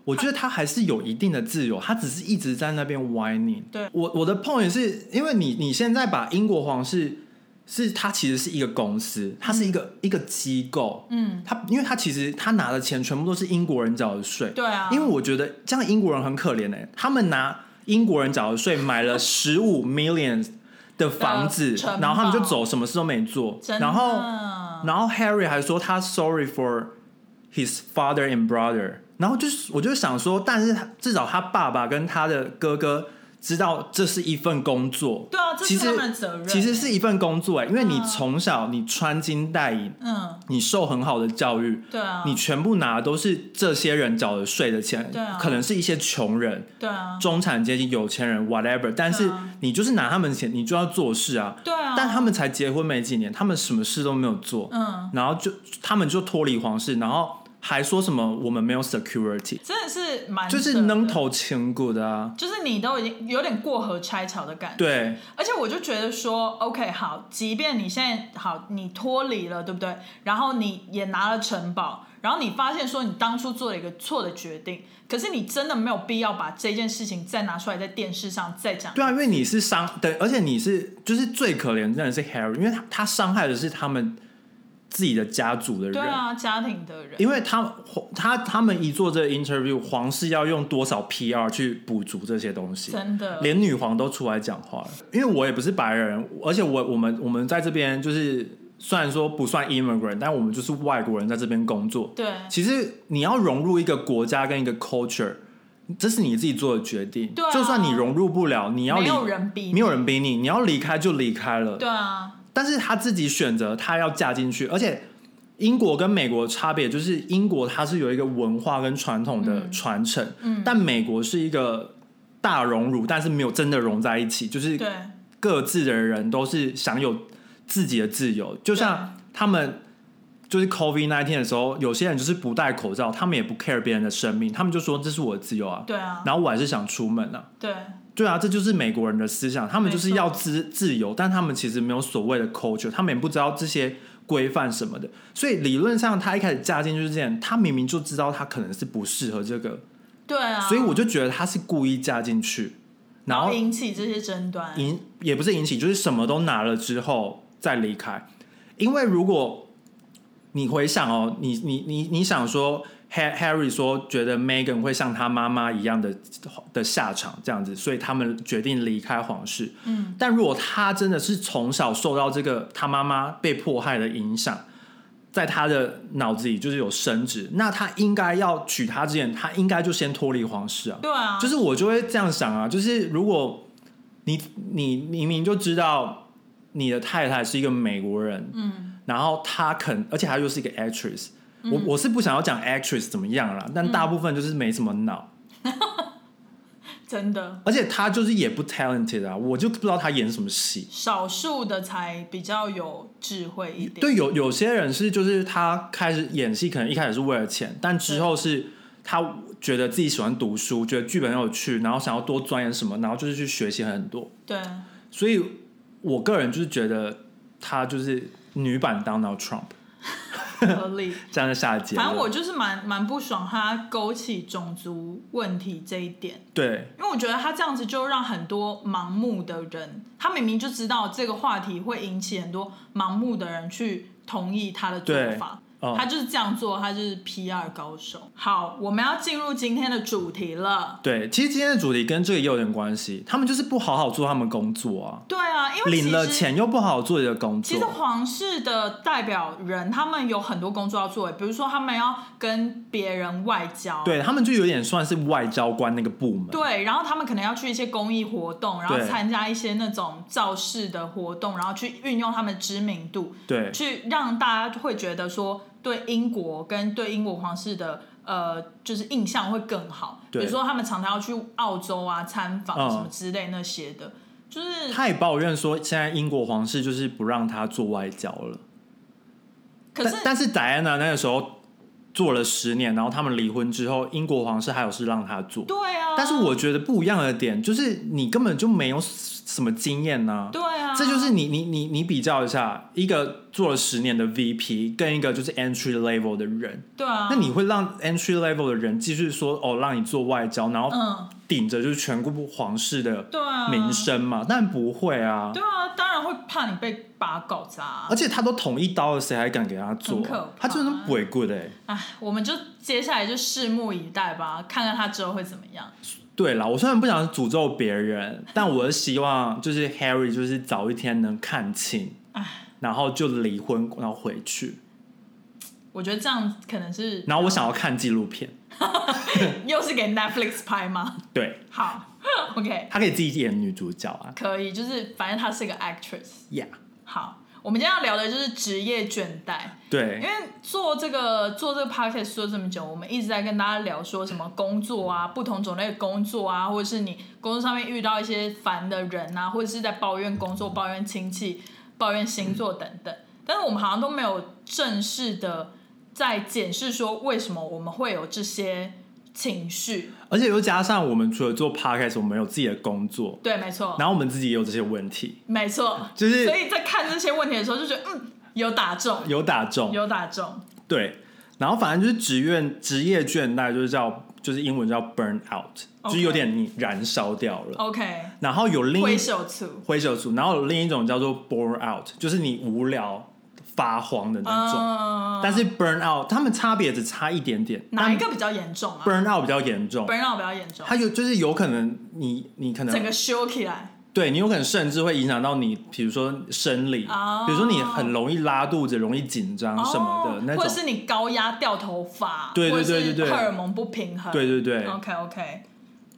S2: 我觉得他还是有一定的自由，他只是一直在那边 whining。
S1: 对
S2: 我我的 point 是因为你你现在把英国皇室是它其实是一个公司，它是一个、一个机构，
S1: 嗯，
S2: 它因为它其实它拿的钱全部都是英国人缴的税，
S1: 对啊，
S2: 因为我觉得这样英国人很可怜哎、他们拿英国人缴的税买 了十五 million 的房子
S1: 的城，堡
S2: 然后他们就走，什么事都没做。
S1: 真的
S2: 然后，然后 Harry 还说他 sorry for his father and brother。然后就是，我就想说，但是他至少他爸爸跟他的哥哥知道这是一份工作，
S1: 对啊，这
S2: 其
S1: 是
S2: 实
S1: 他们的责任。
S2: 其实是一份工作哎、因为你
S1: 嗯
S2: 从小你穿金戴银，
S1: 嗯，
S2: 你受很好的教育，
S1: 对啊，
S2: 你全部拿的都是这些人缴的税的钱，
S1: 对啊
S2: 可能是一些穷人、
S1: 对啊，
S2: 中产阶级、有钱人，whatever。但是你就是拿他们钱，你就要做事啊。
S1: 对啊，
S2: 但他们才结婚没几年，他们什么事都没有做，
S1: 嗯，
S2: 然后就他们就脱离皇室，然后还说什么我们没有 security，
S1: 真的是蛮
S2: 就是
S1: 扯的
S2: 能，头千骨的啊。
S1: 就是你都已经有点过河拆桥的感觉。
S2: 对
S1: 而且我就觉得说，OK，好，即便你现在好，你脱离了，对不对？然后你也拿了城堡，然后你发现说你当初做了一个错的决定，可是你真的没有必要把这件事情再拿出来在电视上再讲。
S2: 对啊，因为你是伤，对，而且你是就是最可怜，真的是 Harry，因为他他伤害的是他们自己的家族的人。
S1: 对啊，家庭的人，
S2: 因为他他他们一做这个 interview，皇室要用多少 PR 去补足这些东西，
S1: 真的，
S2: 连女皇都出来讲话了。因为我也不是白人，而且我我们我们在这边就是虽然说不算 immigrant，但我们就是外国人在这边工作。
S1: 对
S2: 其实你要融入一个国家跟一个 culture，这是你自己做的决定。
S1: 对啊
S2: 就算你融入不了，你要
S1: 没
S2: 离
S1: 有人逼你，
S2: 没有人逼你，你要离开就离开了。
S1: 对啊，
S2: 但是她自己选择她要嫁进去，而且英国跟美国的差别就是，英国它是有一个文化跟传统的传承，
S1: 嗯
S2: 但美国是一个大熔炉，但是没有真的融在一起，就是
S1: 对啊
S2: 各自的人都是享有自己的自由。就像他们就是 COVID nineteen 的时候，有些人就是不戴口罩，他们也不 care 别人的生命，他们就说这是我的自由啊，
S1: 对啊，
S2: 然后我还是想出门啊。
S1: 对
S2: 对啊，这就是美国人的思想，他们就是
S1: 没错
S2: 要自自由，但他们其实没有所谓的 culture，他们也不知道这些规范什么的。所以理论上，他一开始嫁进就是这样，他明明就知道他可能是不适合这个，
S1: 对啊，
S2: 所以我就觉得他是故意嫁进去，然后
S1: 引起这些争端，
S2: 引也不是引起，就是什么都拿了之后再离开。因为如果你回想哦，你你你你想说，Ha- Harry 说觉得 Megan 会像他妈妈一样的的下场这样子，所以他们决定离开皇室。
S1: 嗯，
S2: 但如果他真的是从小受到这个他妈妈被迫害的影响，在他的脑子里就是有升值，那他应该要娶她之前，他应该就先脱离皇室啊。
S1: 对啊，
S2: 就是我就会这样想啊，就是如果你你你明明就知道你的太太是一个美国人，
S1: 嗯，
S2: 然后她肯，而且她又是一个 actress，、我我是不想要讲 actress 怎么样啦，但大部分就是没什么脑，
S1: 真的
S2: 而且她就是也不 talented 啊，我就不知道她演什么戏。
S1: 少数的才比较有智慧一点，
S2: 对，有有些人是就是他开始演戏，可能一开始是为了钱，但之后是他觉得自己喜欢读书，觉得剧本很有趣，然后想要多钻研什么，然后就是去学习很多。
S1: 对
S2: 所以我个人就是觉得她就是女版 Donald Trump，
S1: 合 理。
S2: 这样的下结论。
S1: 反正我就是蛮蛮不爽他勾起种族问题这一点，
S2: 对
S1: 因为我觉得他这样子就让很多盲目的人，他明明就知道这个话题会引起很多盲目的人去同意他的做
S2: 对
S1: 法，
S2: 哦
S1: 他就是这样做，他就是 PR 高手。好，我们要进入今天的主题了。
S2: 对，其实今天的主题跟这个也有点关系，他们就是不好好做他们工作啊，
S1: 对啊，因为其
S2: 领
S1: 实
S2: 了钱又不好好做你的工
S1: 其实
S2: 作。
S1: 皇室的代表人，他们有很多工作要做，比如说他们要跟别人外交，
S2: 对他们就有点算是外交官那个部门，
S1: 对，然后他们可能要去一些公益活动，然后
S2: 对
S1: 参加一些那种造势的活动，然后去运用他们的知名度，
S2: 对
S1: 去让大家会觉得说对英国跟对英国皇室的呃就是印象会更好。比
S2: 对
S1: 如说他们常常要去澳洲啊参访
S2: 嗯
S1: 什么之类那些的，就是
S2: 他也抱怨说现在英国皇室就是不让他做外交了，
S1: 可
S2: 但
S1: 是
S2: 但是戴安娜那个时候做了十年，然后他们离婚之后，英国皇室还有事让他做，
S1: 对啊，
S2: 但是我觉得不一样的点就是，你根本就没有什么经验呢、
S1: 对啊，
S2: 这就是你你你你比较一下，一个做了十年的 VP 跟一个就是 entry level 的人，
S1: 对啊，
S2: 那你会让 entry level 的人继续说哦，让你做外交，然后
S1: 嗯
S2: 顶着就是全国皇室的
S1: 对啊
S2: 名声嘛？但不会啊，
S1: 对啊，当然会怕你被把搞砸、
S2: 而且他都捅一刀了，谁还敢给他做
S1: 很可怕
S2: 啊？他就是不为 good 哎。
S1: 唉，我们就接下来就拭目以待吧，看看他之后会怎么样。
S2: 对啦，我虽然不想诅咒别 人，但我是希望就是 Harry 就是早一天能看清
S1: 唉，
S2: 然后就离婚，然后回去。
S1: 我觉得这样可能是
S2: 然后我想要看纪录片，
S1: 又是给 Netflix 拍吗？
S2: 对，
S1: 好 ，OK，
S2: 她可以自己演女主角啊
S1: 可以，就是反正她是个 actress。
S2: ，Yeah，
S1: 好，我们今天要聊的就是职业倦怠，因
S2: 对
S1: 为做这个做这个 podcast 做这么久，我们一直在跟大家聊说什么工作啊，不同种类的工作啊，或者是你工作上面遇到一些烦的人啊，或者是在抱怨工作、抱怨亲戚、抱怨星座等等，但是我们好像都没有正式的在检视说为什么我们会有这些情绪。
S2: 而且又加上我们除了做 podcast，我们有自己的工作，
S1: 对，没错，
S2: 然后我们自己也有这些问题，
S1: 没错，
S2: 就是
S1: 所以在看这些问题的时候，就觉得嗯，有打中，
S2: 有打中，
S1: 有打中，
S2: 对，然后反正就是职愿职业倦怠，就是叫就是英文叫 burn out，就是有点你燃烧掉
S1: 哦
S2: 了。
S1: OK，
S2: 然后有另一
S1: 挥手处，
S2: 挥手族，然后有另一种叫做 burn out，就是你无聊发慌的那种。
S1: 嗯，
S2: 但是 burn out 他们差别只差一点点，
S1: 哪一个比较严重啊
S2: 但 burn out 比较严重，
S1: ？burnout 比较严重
S2: 它，有就是有可能你你可
S1: 整
S2: 能
S1: 个修起来，
S2: 对你有可能甚至会影响到你，比如说生理，
S1: 哦
S2: 比如说你很容易拉肚子、容易紧张什么的、
S1: 哦
S2: 那
S1: 或
S2: 种
S1: 者。是你高压掉头发，
S2: 对对对对
S1: 或者是
S2: 对
S1: 荷尔蒙不平衡，
S2: 对对对，
S1: ，OK OK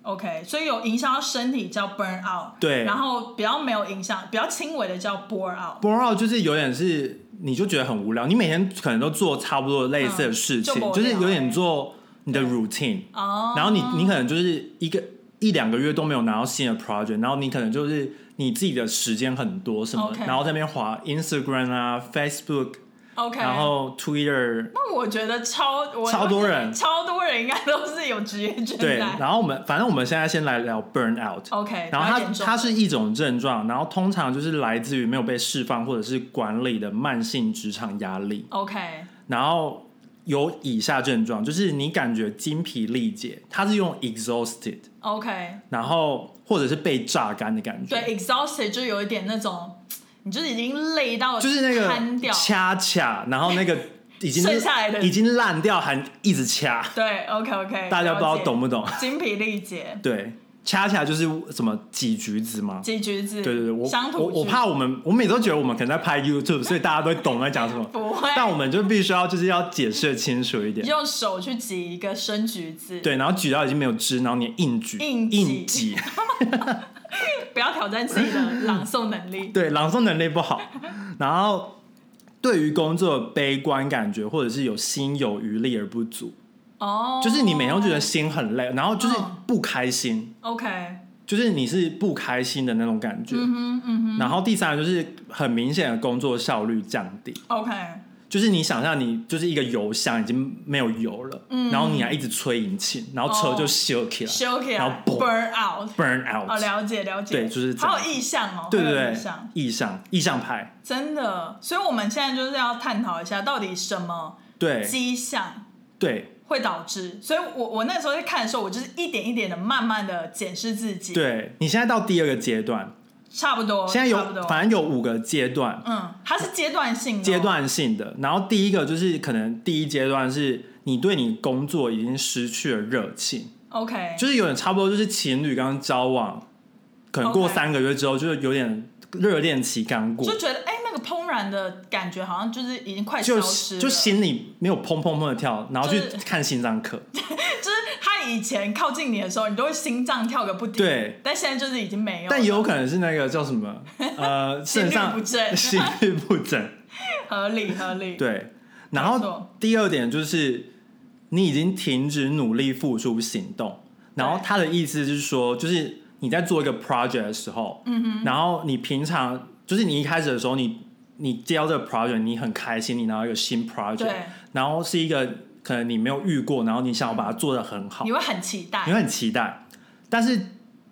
S1: OK，所以有影响到身体叫 burn out，
S2: 对
S1: 然后比较没有影响、比较轻微的叫 bore out，
S2: burnout 就是有点是，你就觉得很无聊，你每天可能都做差不多类似的事
S1: 嗯
S2: 情，
S1: 就无聊
S2: 就是有点做你的 routine，
S1: 哦，
S2: 然后你你可能就是一个一两个月都没有拿到新的 project，然后你可能就是你自己的时间很多什么
S1: OK
S2: 然后在那边滑 Instagram 啊、Facebook，
S1: 哦 OK，
S2: 然后 Twitter，
S1: 那我觉得超我
S2: 超多 人
S1: 超多人应该都是有职业倦
S2: 对，
S1: 怠。
S2: 然后我们反正我们现在先来聊 burn out。
S1: OK，
S2: 然后
S1: 比较
S2: 它
S1: 严重
S2: 它是一种症状，然后通常就是来自于没有被释放或者是管理的慢性职场压力。
S1: OK
S2: 然后有以下症状，就是你感觉精疲力竭，它是用 exhausted，
S1: OK，
S2: 然后或者是被榨干的感觉，
S1: 对，exhausted 就有一点那种，你就是已经累到
S2: 就是那
S1: 瘫
S2: 个
S1: 掉，
S2: 掐掐，然后 那个已经
S1: 剩下来的
S2: 已经烂掉，还一直掐，
S1: 对，OK OK，
S2: 大家不知道懂
S1: 不？
S2: 不懂？
S1: 精疲力竭，
S2: 对，掐掐就是什么挤橘子吗？
S1: 挤橘子，
S2: 对对对，我
S1: 乡土
S2: 我我
S1: 剧
S2: 怕我们，我每次都觉得我们可能在 拍 YouTube，所以大家都懂在讲什么，
S1: 不会，
S2: 但我们就必须要就是要解释的清楚一点。
S1: 用手去挤一个生橘子，，
S2: 对，然后举到已经没有汁，然后你硬举，
S1: 硬挤
S2: 硬挤，
S1: 不要挑战自 己的朗诵能力。
S2: 对，朗诵能力不好，然后对于工作的悲观感觉，或者是有心有余力而不足，
S1: 哦，
S2: 就是你每天都觉得心很累，然后就是
S1: 嗯
S2: 不开心，
S1: OK，
S2: 就是你是不开心的那种感觉。
S1: 嗯哼嗯哼
S2: 然后第三个就是很明显的工作效率降低，
S1: ，OK，
S2: 就是你想象你就是一个油箱已经没有油了，
S1: 嗯
S2: 然后你还一直吹引擎，然后车
S1: 哦
S2: 就修起来、
S1: 休息
S2: 然后
S1: 啊，burn
S2: burn
S1: out。
S2: b u r n out，、
S1: 哦，了解了解，
S2: 对就是这样
S1: 好有意向哦，
S2: 对对
S1: 好有
S2: 对
S1: 意向，
S2: 意向意向派，
S1: 真的。所以我们现在就是要探讨一下，到底什么
S2: 对
S1: 迹象
S2: 对
S1: 会导致。所以我我那时候在看的时候，我就是一点一点的慢慢的检视自己，，
S2: 对，你现在到第二个阶段，
S1: 差不多，
S2: 现在
S1: 哦差不
S2: 有
S1: 多，
S2: 反正有五个阶段，
S1: 嗯，它是阶段性的哦，
S2: 阶段性的。然后第一个就是可能第一阶段是你对你工作已经失去了热情，
S1: ，OK，
S2: 就是有点差不多就是情侣刚交往，可能过
S1: OK
S2: 三个月之后，就是有点热恋期刚过
S1: 就，觉得哎、那个怦然的感觉好像就是已经快消
S2: 就
S1: 失了，
S2: 就心里没有砰砰砰的跳，然后去
S1: 就是
S2: 看心脏科。
S1: 就是他以前靠近你的时候，你都会心脏跳个不停，
S2: 对，
S1: 但现在就是已经没有了，
S2: 但也有可能是那个叫什么 呃，
S1: 心
S2: 肾
S1: 律
S2: 上
S1: 不正，
S2: 心律不整。
S1: 哎合理合理，
S2: 对，然
S1: 没
S2: 后
S1: 错
S2: 第二点就是你已经停止努力付出行动，然后
S1: 对
S2: 他的意思是说，就是你在做一个 project 的时候，嗯哼，然后你平常就是你一开始的时候你，你接到这个 project，你很开心，你拿到一个新 project，
S1: 对
S2: 然后是一个可能你没有遇过，然后你想要把它做得很好
S1: 你，会很期待
S2: 你，会很期待，但是。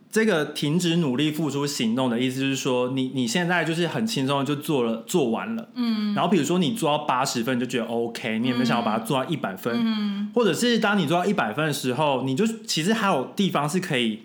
S2: 这个停止努力付出行动的意思是说，你你现在就是很轻松地就做了做完了，
S1: 嗯
S2: 然后比如说你做到八十分就觉得 OK，你也没有想要把它做到一百分，
S1: 嗯，
S2: 或者是当你做到一百分的时候，你就其实还有地方是可以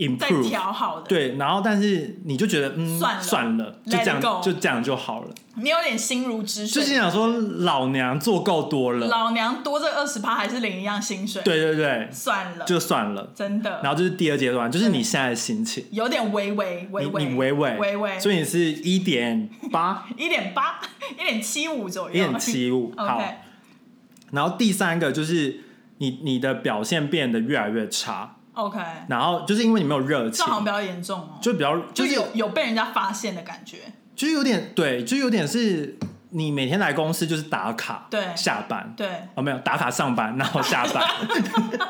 S1: 再
S2: improve，
S1: 调好的，，
S2: 对，然后但是你就觉得嗯
S1: 算了
S2: 就这
S1: let it
S2: 样
S1: go
S2: 就这样就好了，
S1: 你有点心如止
S2: 就
S1: 水，
S2: 心想说老娘做够多了，
S1: 老娘多这二十趴还是领一样薪水，，
S2: 对对对，
S1: 算了，
S2: 就算了。
S1: 真的，
S2: 然后这是第二阶段，就是你现在的心情，
S1: 有点微微微微
S2: 你你微微
S1: 微微，
S2: 所以你是一点 八、
S1: 一点八，一点七五左右，
S2: 一点七五，好。
S1: ，OK，
S2: 然后第三个就是你你的表现变得越来越差，
S1: OK，
S2: 然后就是因为你没有热
S1: 这
S2: 情
S1: 好，像比较严重哦，
S2: 就比较
S1: 就
S2: 就是
S1: 有有被人家发现的感觉，
S2: 就有点对，就有点是你每天来公司就是打卡，
S1: 对
S2: 下班
S1: 对，
S2: 哦没有打卡上班，然后下班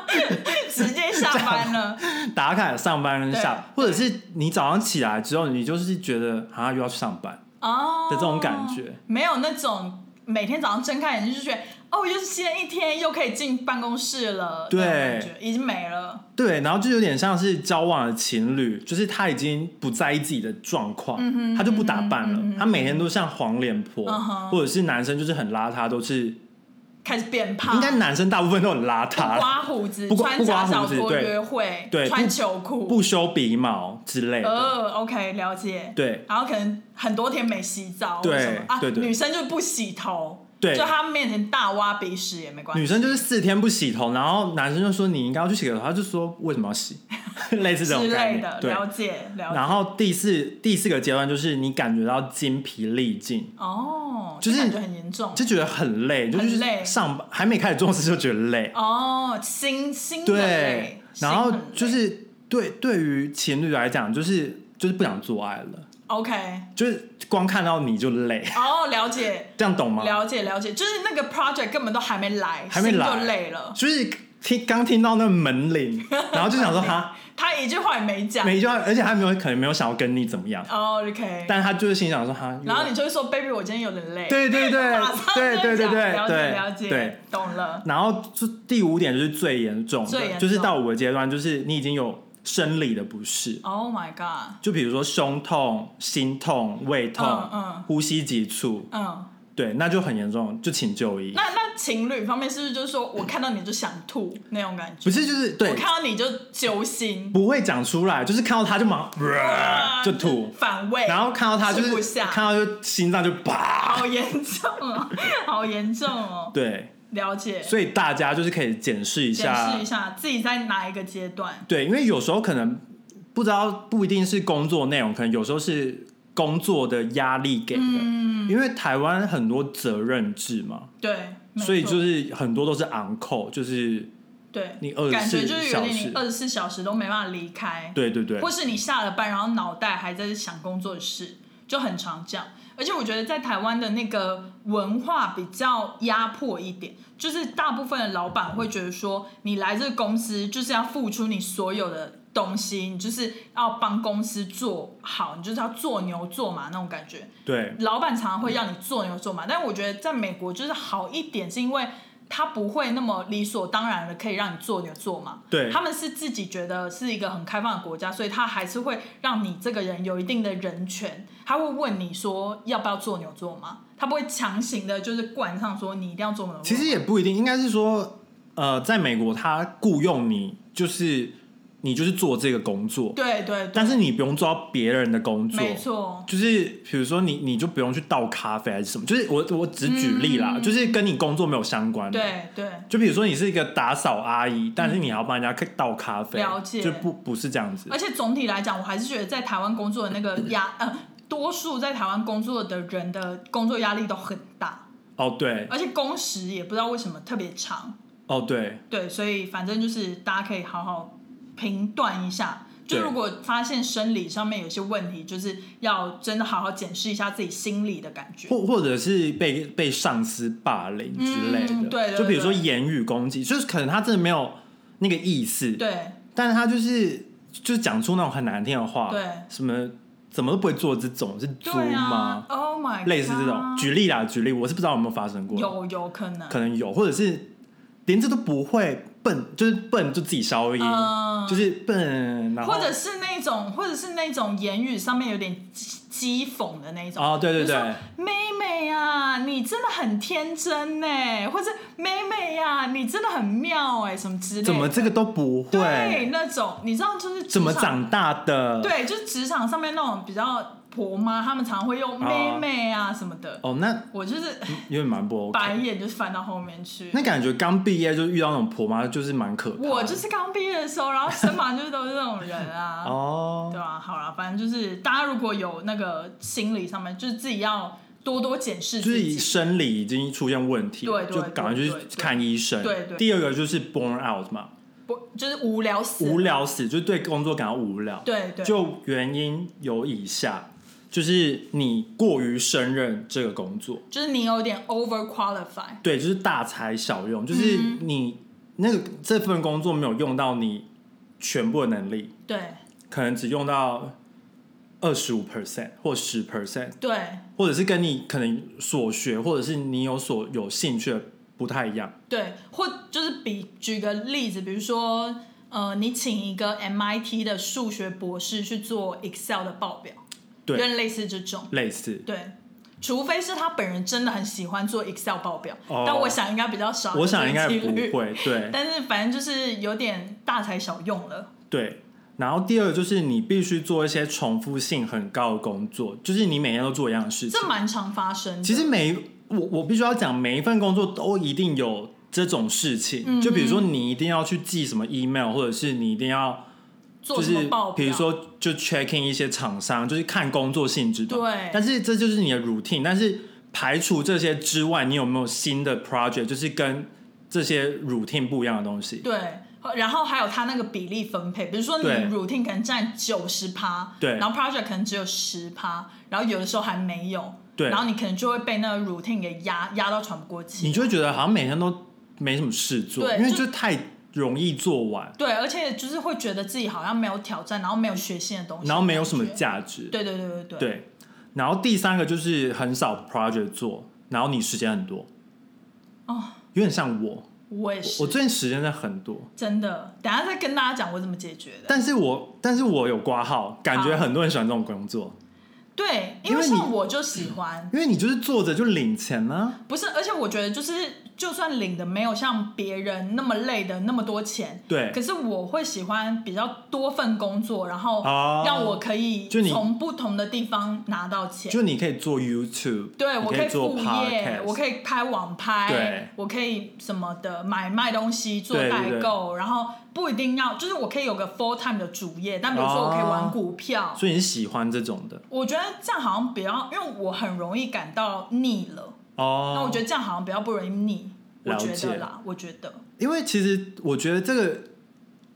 S1: 直接下班 了，
S2: 打卡上班跟下，
S1: 对
S2: 或者是你早上起来之后，你就是觉得啊又要去上班，
S1: 哦
S2: 的这种感觉，
S1: 没有那种每天早上睁开眼睛就觉得哦，又是新的一天，又可以进办公室了，
S2: 对
S1: 那种感觉已经没了，
S2: 对，然后就有点像是交往的情侣，就是他已经不在意自己的状况，他就不打扮了，他每天都像黄脸婆，
S1: 嗯哼
S2: 或者是男生就是很邋遢，都是。
S1: 开始变胖，
S2: 应该男生大部分都很邋
S1: 不
S2: 遢啦，
S1: 刮胡子，
S2: 不刮
S1: 穿假
S2: 不刮
S1: 小
S2: 胡子
S1: 拖
S2: 对
S1: 约会，
S2: 对
S1: 穿
S2: 不
S1: 球裤，
S2: 不修鼻毛之类的。
S1: 呃，OK，了解，
S2: 对
S1: 然后可能很多天没洗澡，
S2: 对
S1: 或什么啊，
S2: 对对
S1: 女生就不洗头，
S2: 对
S1: 就她面前大挖鼻屎也没关系，
S2: 女生就是四天不洗头，然后男生就说你应该要去洗个头，他就说为什么要洗， 类似这
S1: 之
S2: 种概
S1: 类
S2: 念
S1: 的，。
S2: 对，
S1: 了解了解，
S2: 然后第四第四个阶段就是你感觉到精疲力尽，
S1: 哦，
S2: 就是
S1: 这感觉很严重，
S2: 就觉得很累，就
S1: 很
S2: 是
S1: 累
S2: 上班还没开始做事就觉得累，
S1: 哦，心心很
S2: 对
S1: 累，
S2: 然后
S1: 心很累
S2: 就是对，对于情侣来讲，就是就是不想做爱了，
S1: OK，
S2: 就是光看到你就累，
S1: 哦，了解，
S2: 这样懂吗？
S1: 了解，了解，就是那个 project 根本都还没来，
S2: 还没来
S1: 心就累了。
S2: 就是听刚听到那门 铃，然后就想说哈，
S1: 他一句话也没讲。
S2: 没就要，而且他没有可能没有想要跟你怎么样，
S1: 哦 OK，
S2: 但他就是心想说哈，
S1: 然后你就会说，baby，我今天有点累。
S2: 对对对
S1: 马上
S2: 对
S1: 就
S2: 对对
S1: 讲了
S2: 对
S1: 解
S2: 对
S1: 了解，
S2: 对，
S1: 懂了。
S2: 然后就第五点就是最严重
S1: 最
S2: 的，
S1: 严
S2: 就是
S1: 重
S2: 到五个阶段，就是你已经有生理的不适，
S1: Oh my god，
S2: 就比如说胸痛、心痛、胃痛、
S1: 嗯嗯
S2: 呼吸急促，
S1: 嗯，
S2: 对，那就很严重，就请就医。
S1: 那那情侣方面是不是就是说我看到你就想吐那种感觉？
S2: 不是，就是
S1: 我
S2: 对，
S1: 看到你就揪心，
S2: 不会讲出来，就是看到他就忙、
S1: 啊
S2: 就吐，
S1: 反胃，
S2: 然后看到他就
S1: 吃不
S2: 是
S1: 下
S2: 看到就心脏就
S1: 好
S2: 拔，
S1: 严重哦，好严重哦，
S2: 对，
S1: 了解。
S2: 所以大家就是可以检视一
S1: 检
S2: 下
S1: 视一，下自己在哪一个阶段。
S2: 对，因为有时候可能不知道不一定是工作内容，可能有时候是工作的压力给的，
S1: 嗯
S2: 因为台湾很多责任制嘛，
S1: 对，没
S2: 所以
S1: 错
S2: 就是很多都是 on call，就是
S1: 对
S2: 你24
S1: 感觉就是有点
S2: 小
S1: 你
S2: 时
S1: 二十四小时都没办法离开，
S2: 对对对，
S1: 或是你下了班然后脑袋还在想工作的事，就很常这样。而且我觉得在台湾的那个文化比较压迫一点，就是大部分的老板会觉得说，你来这个公司就是要付出你所有的东西，你就是要帮公司做好，你就是要做牛做马那种感觉。
S2: 对
S1: 老板常常会要你做牛做马，但我觉得在美国就是好一点，是因为他不会那么理所当然的可以让你做牛做马。
S2: 对
S1: 他们是自己觉得是一个很开放的国家，所以他还是会让你这个人有一定的人权，他会问你说要不要做牛做马，他不会强行的就是灌上说你一定要做牛做马。
S2: 其实也不一定，应该是说，呃，在美国他雇佣你，就是你就是做这个工作，
S1: 对对对，
S2: 但是你不用做到别人的工作，
S1: 没错，
S2: 就是比如说你你就不用去倒咖啡还是什么，就是我我只举例啦，就是跟你工作没有相关的。
S1: 嗯对对。
S2: 就比如说你是一个打扫阿姨，但是你还要帮人家倒咖啡，
S1: 了解
S2: 就不不是这样子
S1: 而。且总体来讲，我还是觉得在台湾工作的那个压，呃，多数在台湾工作的人的工作压力都很大。
S2: 哦，对，
S1: 而且工时也不知道为什么特别长，
S2: 哦对，
S1: 对，所以反正就是大家可以好好评断一下。就
S2: 对
S1: 如果发现生理上面有些问题，就是要真的好好检视一下自己心理的感觉。
S2: 或或者是被被上司霸凌之类的，
S1: 嗯对对
S2: 就比如说
S1: 对
S2: 言语攻击，就是可能他真的没有那个意思，
S1: 对
S2: 但是他就是就是讲出那种很难听的话，
S1: 对
S2: 什么怎么都不会做这种是猪
S1: 对啊
S2: 吗？
S1: ，Oh my，God
S2: 类似这种，举例啦，举例，我是不知道有没有发生过，
S1: 有啊有可能，
S2: 可能有，或者是连这都不会，笨就是笨就自己消音，
S1: 嗯
S2: 就是笨，然后
S1: 或者是那种，或者是那种言语上面有点讥讥讽的那种。
S2: 哦，对对
S1: 比如
S2: 对
S1: 说，妹妹啊，你真的很天真呢，或者妹妹呀、你真的很妙哎，什么之类的。
S2: 怎么这个都不
S1: 对
S2: 会，
S1: 那种，你知道就是职
S2: 怎么
S1: 场？
S2: 长大的？
S1: 对，就是职场上面那种比较婆妈，他们常会用妹妹啊什么的。
S2: 哦，那
S1: 我就是
S2: 有点蛮不 OK
S1: 白眼就是翻到后面去。
S2: 那感觉刚毕业就遇到那种婆妈，就是蛮可怕的。
S1: 我就是刚毕业的时候，然后身旁就是都是这种人啊，
S2: 哦
S1: 对，啊，好了，反正就是大家如果有那个心理上面，就是自己要多多检视
S2: 就是
S1: 自
S2: 以
S1: 己。
S2: 生理已经出现问题，
S1: 对对
S2: 就赶快
S1: 对
S2: 去
S1: 对对
S2: 看医生。
S1: 对对
S2: 第二个就是 burn out 嘛，
S1: 不就是无聊死了
S2: 无聊死，就是对工作感到无聊。
S1: 对对，
S2: 就原因有以下，就是你过于胜任这个工作，
S1: 就是你有点 over qualify，
S2: 对，就是大材小用，就是
S1: 嗯
S2: 你那个这份工作没有用到你全部的能力，
S1: 对
S2: 可能只用到二十五 percent 或十 percent。
S1: 对
S2: 或者是跟你可能所学，或者是你有所有兴趣的不太一样。
S1: 对，或就是比举个例子，比如说呃，你请一个 MIT 的数学博士去做 Excel 的报表，
S2: 对
S1: 有点类似这种，
S2: 类似，
S1: 对。除非是他本人真的很喜欢做 Excel 报表，
S2: 哦
S1: 但我想应该比较少，
S2: 我想应该不。会。 对
S1: 但是反正就是有点大材小用了，
S2: 对。然后第二个就是你必须做一些重复性很高的工作，就是你每天都做一样的事情
S1: 这。蛮常发生的。
S2: 其实每我我必须要讲，每一份工作都一定有这种事情。
S1: 嗯
S2: 就比如说你一定要去寄什么 email，或者是你一定要
S1: 做
S2: 就
S1: 什
S2: 是
S1: 么报表，
S2: 比如说就 check in 一些厂商，就是看工作性质的。
S1: 对
S2: 但是这就是你的 routine。但是排除这些之外，你有没有新的 project，就是跟这些 routine 不一样的东西？
S1: 对，然后还有它那个比例分配，比如说你
S2: 对
S1: routine 可能占九十趴，
S2: 对
S1: 然后 project 可能只有十趴，然后有的时候还没有，
S2: 对
S1: 然后你可能就会被那个 routine 给压压到喘不过气
S2: 你。就会觉得好像每天都没什么事做，
S1: 对
S2: 因为
S1: 就
S2: 就太容易做完，
S1: 对，而且就是会觉得自己好像没有挑战，然后没有学新的东西，
S2: 然后没有什么
S1: 感觉。
S2: 价值。
S1: 对对对对对。
S2: 对，然后第三个就是很少 project 做，然后你时间很多，
S1: 哦，
S2: 有点像我，
S1: 我也是，
S2: 我最近时间真的很多，
S1: 真的，等一下再跟大家讲我怎么解决的。
S2: 但是我但是我有挂号，感觉
S1: 好
S2: 很多人喜欢这种工作，
S1: 嗯对，因
S2: 因
S1: 为
S2: 为
S1: 像
S2: 你
S1: 我就喜欢，
S2: 因为你就是坐着就领钱啊呢、
S1: 不是，而且我觉得就是，就算领的没有像别人那么累的那么多钱，
S2: 对
S1: 可是我会喜欢比较多份工作，然后
S2: 哦
S1: 让我可以
S2: 就你
S1: 从不同的地方拿到钱。
S2: 就你可以做 YouTube，
S1: 对，
S2: 你
S1: 我
S2: 可
S1: 以
S2: 做
S1: 副业，我
S2: Podcast，
S1: 可以拍网
S2: 对
S1: 拍，我可以什么的买卖东西做
S2: 对对
S1: 代
S2: 对
S1: 购，然后不一定要，就是我可以有个 full time 的主业，但比如说我可以
S2: 哦
S1: 玩股票，
S2: 所以你是喜欢这种的
S1: 我觉得这样好像比较，因为我很容易感到腻了。
S2: 哦。
S1: 那我觉得这样好像比较不容易腻，我
S2: 了
S1: 觉
S2: 解
S1: 得啦，我觉得
S2: 因为其实我觉得这个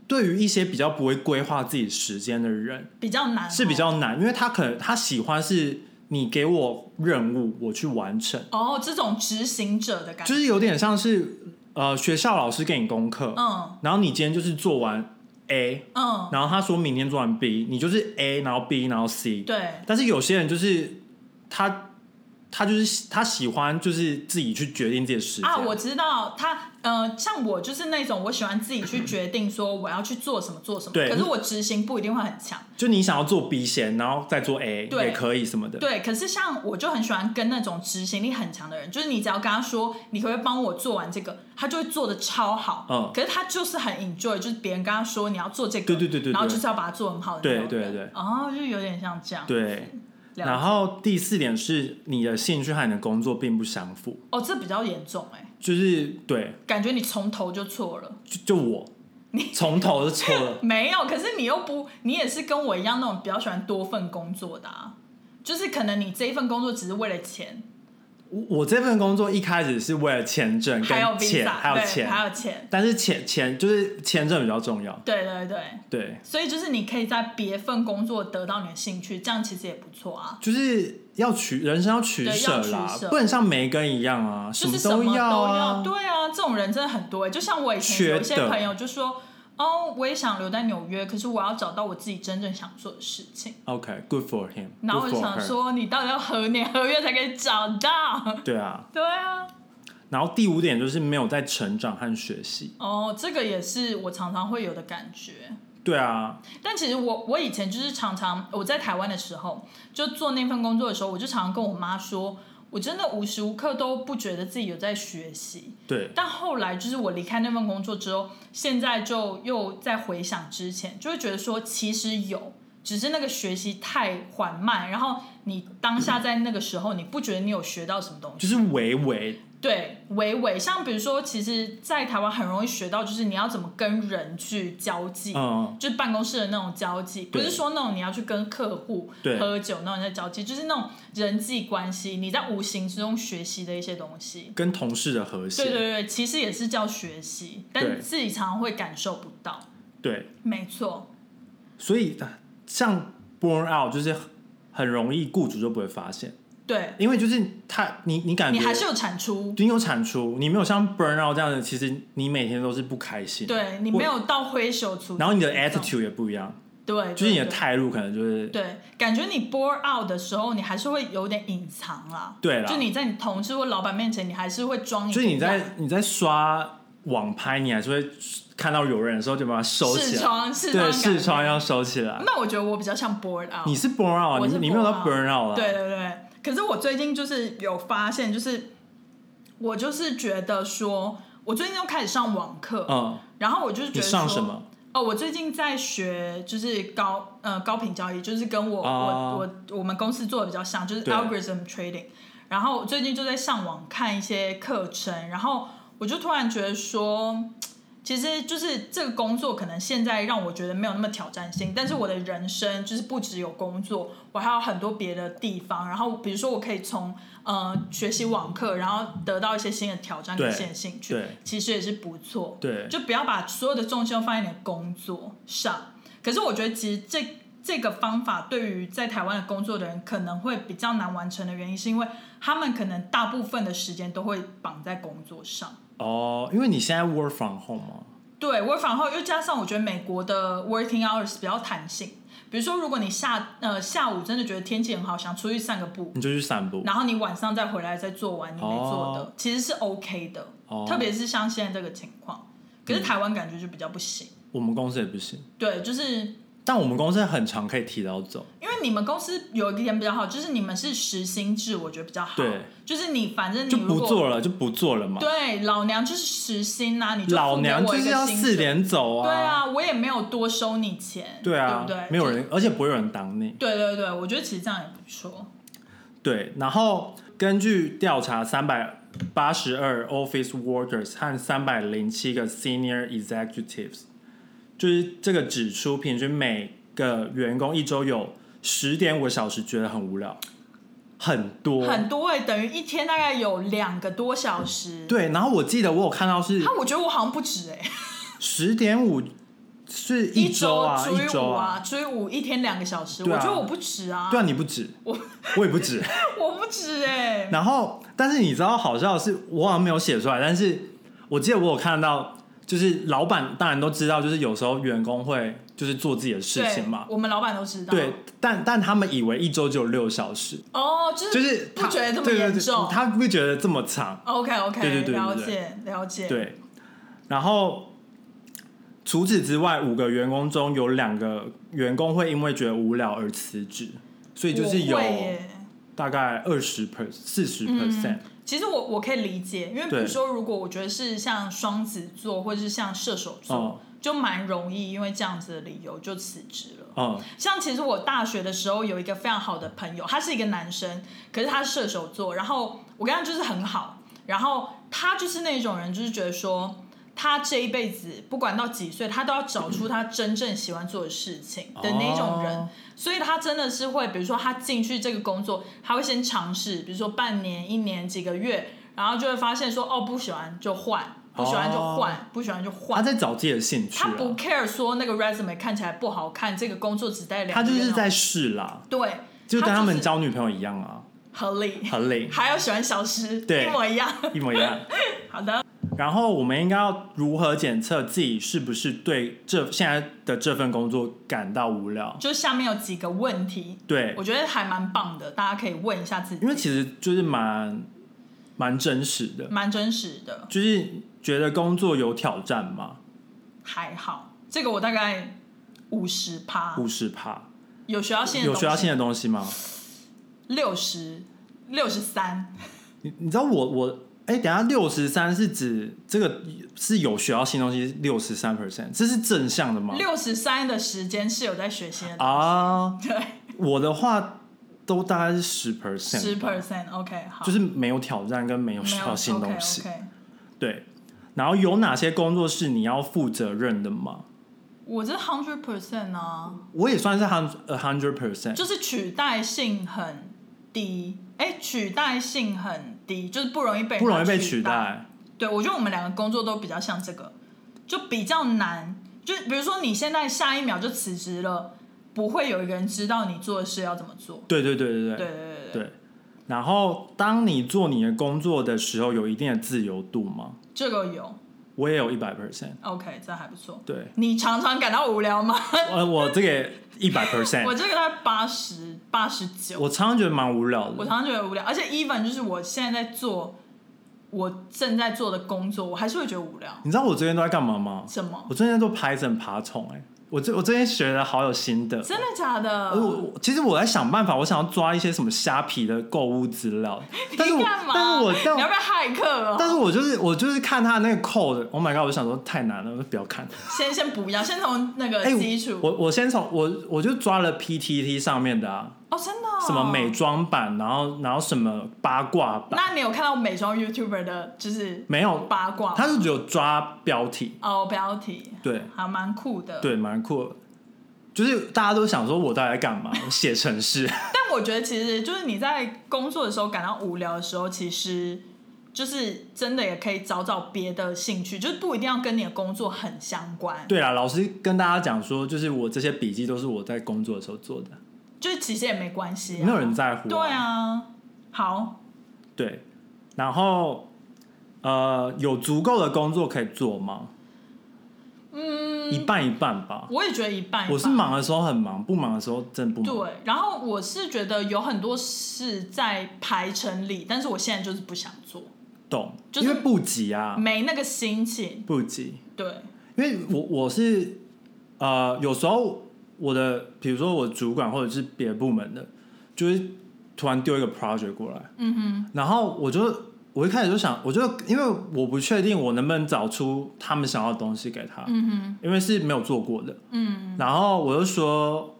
S2: 对于一些比较不会规划自己时间的人
S1: 比较难哦，
S2: 是比较难，因为他可能他喜欢是你给我任务，我去完成，
S1: 哦，这种执行者的感
S2: 就
S1: 觉，
S2: 是有点像是呃学校老师给你功课，
S1: 嗯
S2: 然后你今天就是做完 A，
S1: 嗯，
S2: 然后他说明天做完 B，你就是 A，然后 B，然后 C。
S1: 对
S2: 但是有些人就是他，他就是他喜欢就是自己去决定自己的时间
S1: 啊，我知道他，呃，像我就是那种我喜欢自己去决定说我要去做什么做什么，
S2: 对
S1: 可是我执行不一定会很强，
S2: 就你想要做 B 先，然后再做 A
S1: 对
S2: 也可以什么的。
S1: 对，可是像我就很喜欢跟那种执行力很强的人，就是你只要跟他说你可不可以帮我做完这个，他就会做的超好。
S2: 嗯
S1: 可是他就是很 enjoy，就是别人跟他说你要做这个，
S2: 对对对对对
S1: 然后就是要把它做很好的那种人。
S2: 对对对
S1: 哦，就有点像这样。
S2: 对，
S1: 了解
S2: 然后第四点是你的兴趣和你的工作并不相符，
S1: 哦，这比较严重哎、
S2: 就是对，
S1: 感觉你从头就错了。。
S2: 就就我从头就错了
S1: 没有，可是你又不，你也是跟我一样那种比较喜欢多份工作的啊。就是可能你这一份工作只是为了钱，
S2: 我我这份工作一开始是为了签证跟
S1: 还有 visa，
S2: 钱，还有
S1: 对还
S2: 钱，
S1: 有钱，
S2: 但是钱钱就是签证比较重要。
S1: 对对对。
S2: 对，
S1: 所以就是你可以在别份工作得到你的兴趣，这样其实也不错啊。
S2: 就是要取人生要取舍
S1: 对要
S2: 啦
S1: 取，舍
S2: 不能像梅根一样啊，
S1: 就是什么
S2: 么
S1: 都
S2: 要啊。
S1: 对啊，这种人真的很多欸、就像我以前有一些
S2: 缺德
S1: 朋友就说，哦，我也想留在纽约，可是我要找到我自己真正想做的事情。
S2: OK，good、for him。
S1: 然后我就想，说，你到底要何年何月才可以找到？
S2: 对啊。
S1: 对啊，
S2: 然后第五点就是没有在成长和学习。
S1: 哦，这个也是我常常会有的感觉。
S2: 对啊，
S1: 但其实我我以前就是常常我在台湾的时候，就做那份工作的时候，我就常常跟我妈说，我真的无时无刻都不觉得自己有在学习。
S2: 对，
S1: 但后来就是我离开那份工作之后，现在就又在回想之前，就会觉得说其实有，只是那个学习太缓慢，然后你当下在那个时候，你不觉得你有学到什么东西？
S2: 就是微微
S1: 对，微微，像比如说，其实，在台湾很容易学到，就是你要怎么跟人去交际，
S2: 嗯，
S1: 就是办公室的那种交际，不
S2: 对
S1: 是说那种你要去跟客户
S2: 对
S1: 喝酒那种在交际，就是那种人际关系，你在无形之中学习的一些东西。
S2: 跟同事的和谐。
S1: 对对对，其实也是叫学习，
S2: 对
S1: 但自己常常会感受不到。
S2: 对
S1: 没错，
S2: 所以啊像 burn out 就是很容易雇主就不会发现，
S1: 对
S2: 因为就是他你你感觉
S1: 你还是有产出，
S2: 你有产出，你没有像 burn out 这样的，其实你每天都是不开心。。
S1: 对你
S2: 我
S1: 没有到挥手出，
S2: 然后你的 attitude 也不一样，
S1: 对，
S2: 就是你的
S1: 对对
S2: 态度可能就是
S1: 对，感觉你 bore out 的时候，你还是会有点隐藏啦。
S2: 对啦
S1: 就你在你同事或老板面前，你还是会装一
S2: 就是你
S1: 副样
S2: 在你在刷网拍，你还是会看到有人的时候就把它收起
S1: 视
S2: 来，
S1: 窗视
S2: 对，
S1: 窗
S2: 视
S1: 感觉
S2: 窗要收起来。
S1: 那我觉得我比较像 bored out。
S2: 你是 burn out，
S1: 我
S2: 你
S1: 是
S2: 你没有到 burn
S1: burn
S2: out 啦，
S1: 对对对，可是我最近就是有发现，就是我就是觉得说，我最近又开始上网课，
S2: 嗯，
S1: 然后我就是觉
S2: 你
S1: 得
S2: 上
S1: 说
S2: 什？么？
S1: 哦，我最近在学，就是高呃高频交易，就是跟我、
S2: 哦
S1: 我我我们公司做的比较像，就是
S2: 对
S1: algorithm trading。然后我最近就在上网看一些课程，然后我就突然觉得说，其实就是这个工作可能现在让我觉得没有那么挑战性，但是我的人生就是不只有工作，我还有很多别的地方。然后比如说我可以从呃学习网课，然后得到一些新的挑战跟
S2: 对
S1: 新的兴趣
S2: 对，
S1: 其实也是不错。
S2: 对，
S1: 就不要把所有的重心都放在你的工作上。可是我觉得，其实这这个方法对于在台湾的工作的人可能会比较难完成的原因，是因为他们可能大部分的时间都会绑在工作上。
S2: 哦，因为你现在 work from home 嘛，
S1: 对，work from home，又加上我觉得美国的 working hours 比较弹性。比如说，如果你下呃下午真的觉得天气很好，想出去散个步，
S2: 你就去散步。
S1: 然后你晚上再回来再做完你没做的，
S2: 哦
S1: 其实是 OK 的。
S2: 哦嗯
S1: 特别是像现在这个情况，可是台湾感觉就比较不行。
S2: 我们公司也不行，
S1: 对，就是
S2: 但我们公司很常可以提早走。
S1: 因为你们公司有一点比较好，就是你们是时薪制，我觉得比较好。
S2: 对，
S1: 就是你反正你
S2: 就
S1: 嗯如果
S2: 不做了，就不做了嘛。
S1: 对，老娘就是时薪呐、你就
S2: 老娘
S1: 付给我
S2: 就
S1: 一
S2: 是
S1: 个
S2: 要
S1: 薪
S2: 四
S1: 水。
S2: 点走
S1: 对
S2: 啊！
S1: 啊，我也没有多收你钱，
S2: 对啊，
S1: 对不对？
S2: 没有
S1: 就。
S2: 人，而且不会有人挡你。
S1: 对对对，我觉得其实这样也不错。
S2: 对，然后根据调查，三百八十二 office workers 和三百零七个 senior executives，就是这个指出，平均每个员工一周有十点五个小时觉得很无聊，很多，
S1: 很多哎、等于一天大概有两个多小时。，
S2: 对。然后我记得我有看到是
S1: 他我觉得我好像不止哎、
S2: 十点五是一周啊，
S1: 除
S2: 一
S1: 以
S2: 周
S1: 五，啊，除以五一天两个小时，
S2: 对啊
S1: 我觉得我不止啊，
S2: 对啊，你不止，
S1: 我
S2: 我也不止。
S1: 我不止哎、
S2: 然后，但是你知道好笑的是，我好像没有写出来，但是我记得我有看到，就是老板当然都知道，就是有时候员工会就是做自己的事
S1: 对
S2: 情嘛，，
S1: 我们老板都知道。
S2: 对，但但他们以为一周只有六小时，
S1: 哦，就是
S2: 就是
S1: 不
S2: 他
S1: 觉得这么
S2: 对对
S1: 严
S2: 对
S1: 重。
S2: 他不觉得这么长，
S1: OK OK，
S2: 对对对对
S1: 了
S2: 对
S1: 解了解。
S2: 对。然后除此之外，五个员工中有两个员工会因为觉得无聊而辞职，所以就是有
S1: 我会耶
S2: 大概二十 per 四十 percent，
S1: 其实我我可以理解，因为比如
S2: 对
S1: 说，如果我觉得是像双子座或者是像射手
S2: 哦
S1: 座，就蛮容易因为这样子的理由就辞职了。
S2: 嗯，
S1: 像其实我大学的时候有一个非常好的朋友，他是一个男生，可是他是射手座，然后我跟他就是很好，然后他就是那种人，就是觉得说他这一辈子不管到几岁，他都要找出他真正喜欢做的事情的那种人，
S2: 哦
S1: 所以他真的是会，比如说他进去这个工作，他会先尝试，比如说半年、一年、几个月，然后就会发现说哦不喜欢就换，不喜欢就换，不喜欢就换
S2: 哦他。在找自己的兴趣、啊，
S1: 他不 care 说那个 resume 看起来不好看，这个工作只待两
S2: 他
S1: 个
S2: 就
S1: 月
S2: 是
S1: 那种
S2: 在试啦，
S1: 对，
S2: 就跟
S1: 他
S2: 他
S1: 就
S2: 们
S1: 是
S2: 交女朋友一样啊，
S1: 合理，
S2: 很累，
S1: 还有喜欢小吃，
S2: 对
S1: 一模一样。
S2: 一模一样。
S1: 好的，
S2: 然后我们应该要如何检测自己是不是对这现在的这份工作感到无聊？
S1: 就下面有几个问题，
S2: 对
S1: 我，觉得还蛮棒的，大家可以问一下自己
S2: 因，为其实就是蛮蛮真实的，
S1: 蛮真实的，
S2: 就是觉得工作有挑战嘛，
S1: 还好。这个我大概五十趴，
S2: 五十趴，
S1: 有学校性的
S2: 有
S1: 东西，
S2: 学到新的东西吗？
S1: 六十六十三，
S2: 你你知道我我哎、等一下六十三是指这个是有学到新东西六十三 percent，这是正向的吗？
S1: 六十三的时间是有在学习的，
S2: 啊，
S1: 对，
S2: 我的话都大概是十 percent，
S1: 十 percent，OK，好，
S2: 就是没有挑战跟没有学
S1: 没
S2: 到
S1: 有
S2: 新东西。
S1: o k o k
S2: 对，然后有哪些工作是你要负责任的吗？
S1: 我这 hundred percent 啊，
S2: 我也算是 hundred 呃 hundred percent，
S1: 就是取代性很低，哎、取代性很低，就是不容易被人家
S2: 不容易被
S1: 取
S2: 取。代。
S1: 对，我觉得我们两个工作都比较像这个，就比较难。就比如说你现在下一秒就辞职了，不会有一个人知道你做的事要怎么做。
S2: 对对对对
S1: 对
S2: 对
S1: 对对对，
S2: 对。然后，当你做你的工作的时候，有一定的自由度吗？
S1: 这个有
S2: 我也有一百 percent。
S1: OK，这还不错。
S2: 对，
S1: 你常常感到无聊吗？
S2: 呃，我这个一 百
S1: 我
S2: percent，
S1: 这个在八十八十九，
S2: 我常常觉得蛮无聊
S1: 我
S2: 的。
S1: 常常觉得无聊，而且 even 就是我现在在做我正在做的工作，我还是会觉得无聊。
S2: 你知道我最近都在干嘛吗？
S1: 什么？
S2: 我最近在做 Python 爬虫、哎，我这我最近学了好有心得。
S1: 真的假的？
S2: 呃我我其实我在想办法，我想要抓一些什么虾皮的购物 资料，但是我
S1: 你干嘛？
S2: 但是我但
S1: 你要
S2: 我
S1: 不要骇客哦？
S2: 但是我就是我就是看他那个 code，Oh my god！我就想说太难了，我就不要看。
S1: 先先不要，先从那个
S2: 哎、
S1: 基础、
S2: 我我先从我我就抓了 PTT 上面的啊，
S1: 哦，真的、哦、
S2: 什么美？妆版，然后然后什么八卦版，
S1: 那你有看到美妆 YouTuber 的，就是
S2: 没有，
S1: 八卦？
S2: 他就只有抓标题，
S1: 哦，标题
S2: 对
S1: 还蛮酷的。，
S2: 对，蛮酷的。就是大家都想说我到底在 干嘛？写程式，
S1: 但我觉得其实就是你在工作的时候感到无聊的时候，其实就是真的也可以找找别的兴趣，就是不一定要跟你的工作很相关。，
S2: 对啊，老师跟大家讲说，就是我这些笔记都是我在工作的时候做的，
S1: 就是其实也没关系、啊
S2: 没有人。在乎、
S1: 对，啊，好，
S2: 对。然后，呃，有足够的工作可以做吗？嗯，一半一半吧。
S1: 我也觉得一半一半。
S2: 我是忙的时候很忙，不忙的时候真的不忙。
S1: 对，然后我是觉得有很多事在排程里，但是我现在就是不想做，
S2: 懂，
S1: 就是
S2: 因为不急啊，
S1: 没那个心情。
S2: 不急。
S1: 对，
S2: 因为我我是呃，有时候我的，比如说我主管或者是别的部门的，就是突然丢一个 project 过来，
S1: 嗯
S2: 然后我就我一开始就想，我就因为我不确定我能不能找出他们想要的东西给他，
S1: 哼，嗯哼，
S2: 因为是没有做过的，
S1: 嗯，
S2: 然后我就说，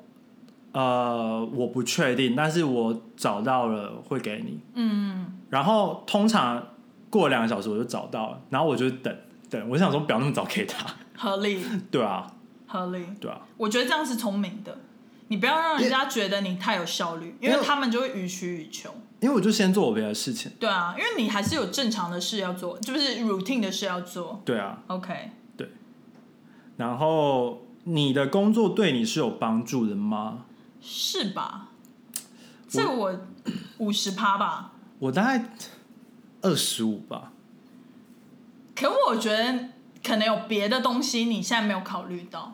S2: 呃，我不确定，但是我找到了会给你，
S1: 嗯，
S2: 然后通常过两个小时我就找到了，然后我就等等，我想说不要那么早给他，
S1: 合理，
S2: 对啊，
S1: 合理。
S2: 对啊，
S1: 我觉得这样是聪明的，你不要让人家觉得你太有效率，因
S2: 因
S1: 为
S2: 为
S1: 他们就会予取予求。
S2: 因为我就先做我别的事情，
S1: 对啊，因为你还是有正常的事要做，就是 routine 的事要做。
S2: 对啊，
S1: OK，
S2: 然后你的工作对你是有帮助的吗？
S1: 是吧？这个我五十趴吧。
S2: 我大概二十五吧，
S1: 可我觉得可能有别的东西你现在没有考虑到，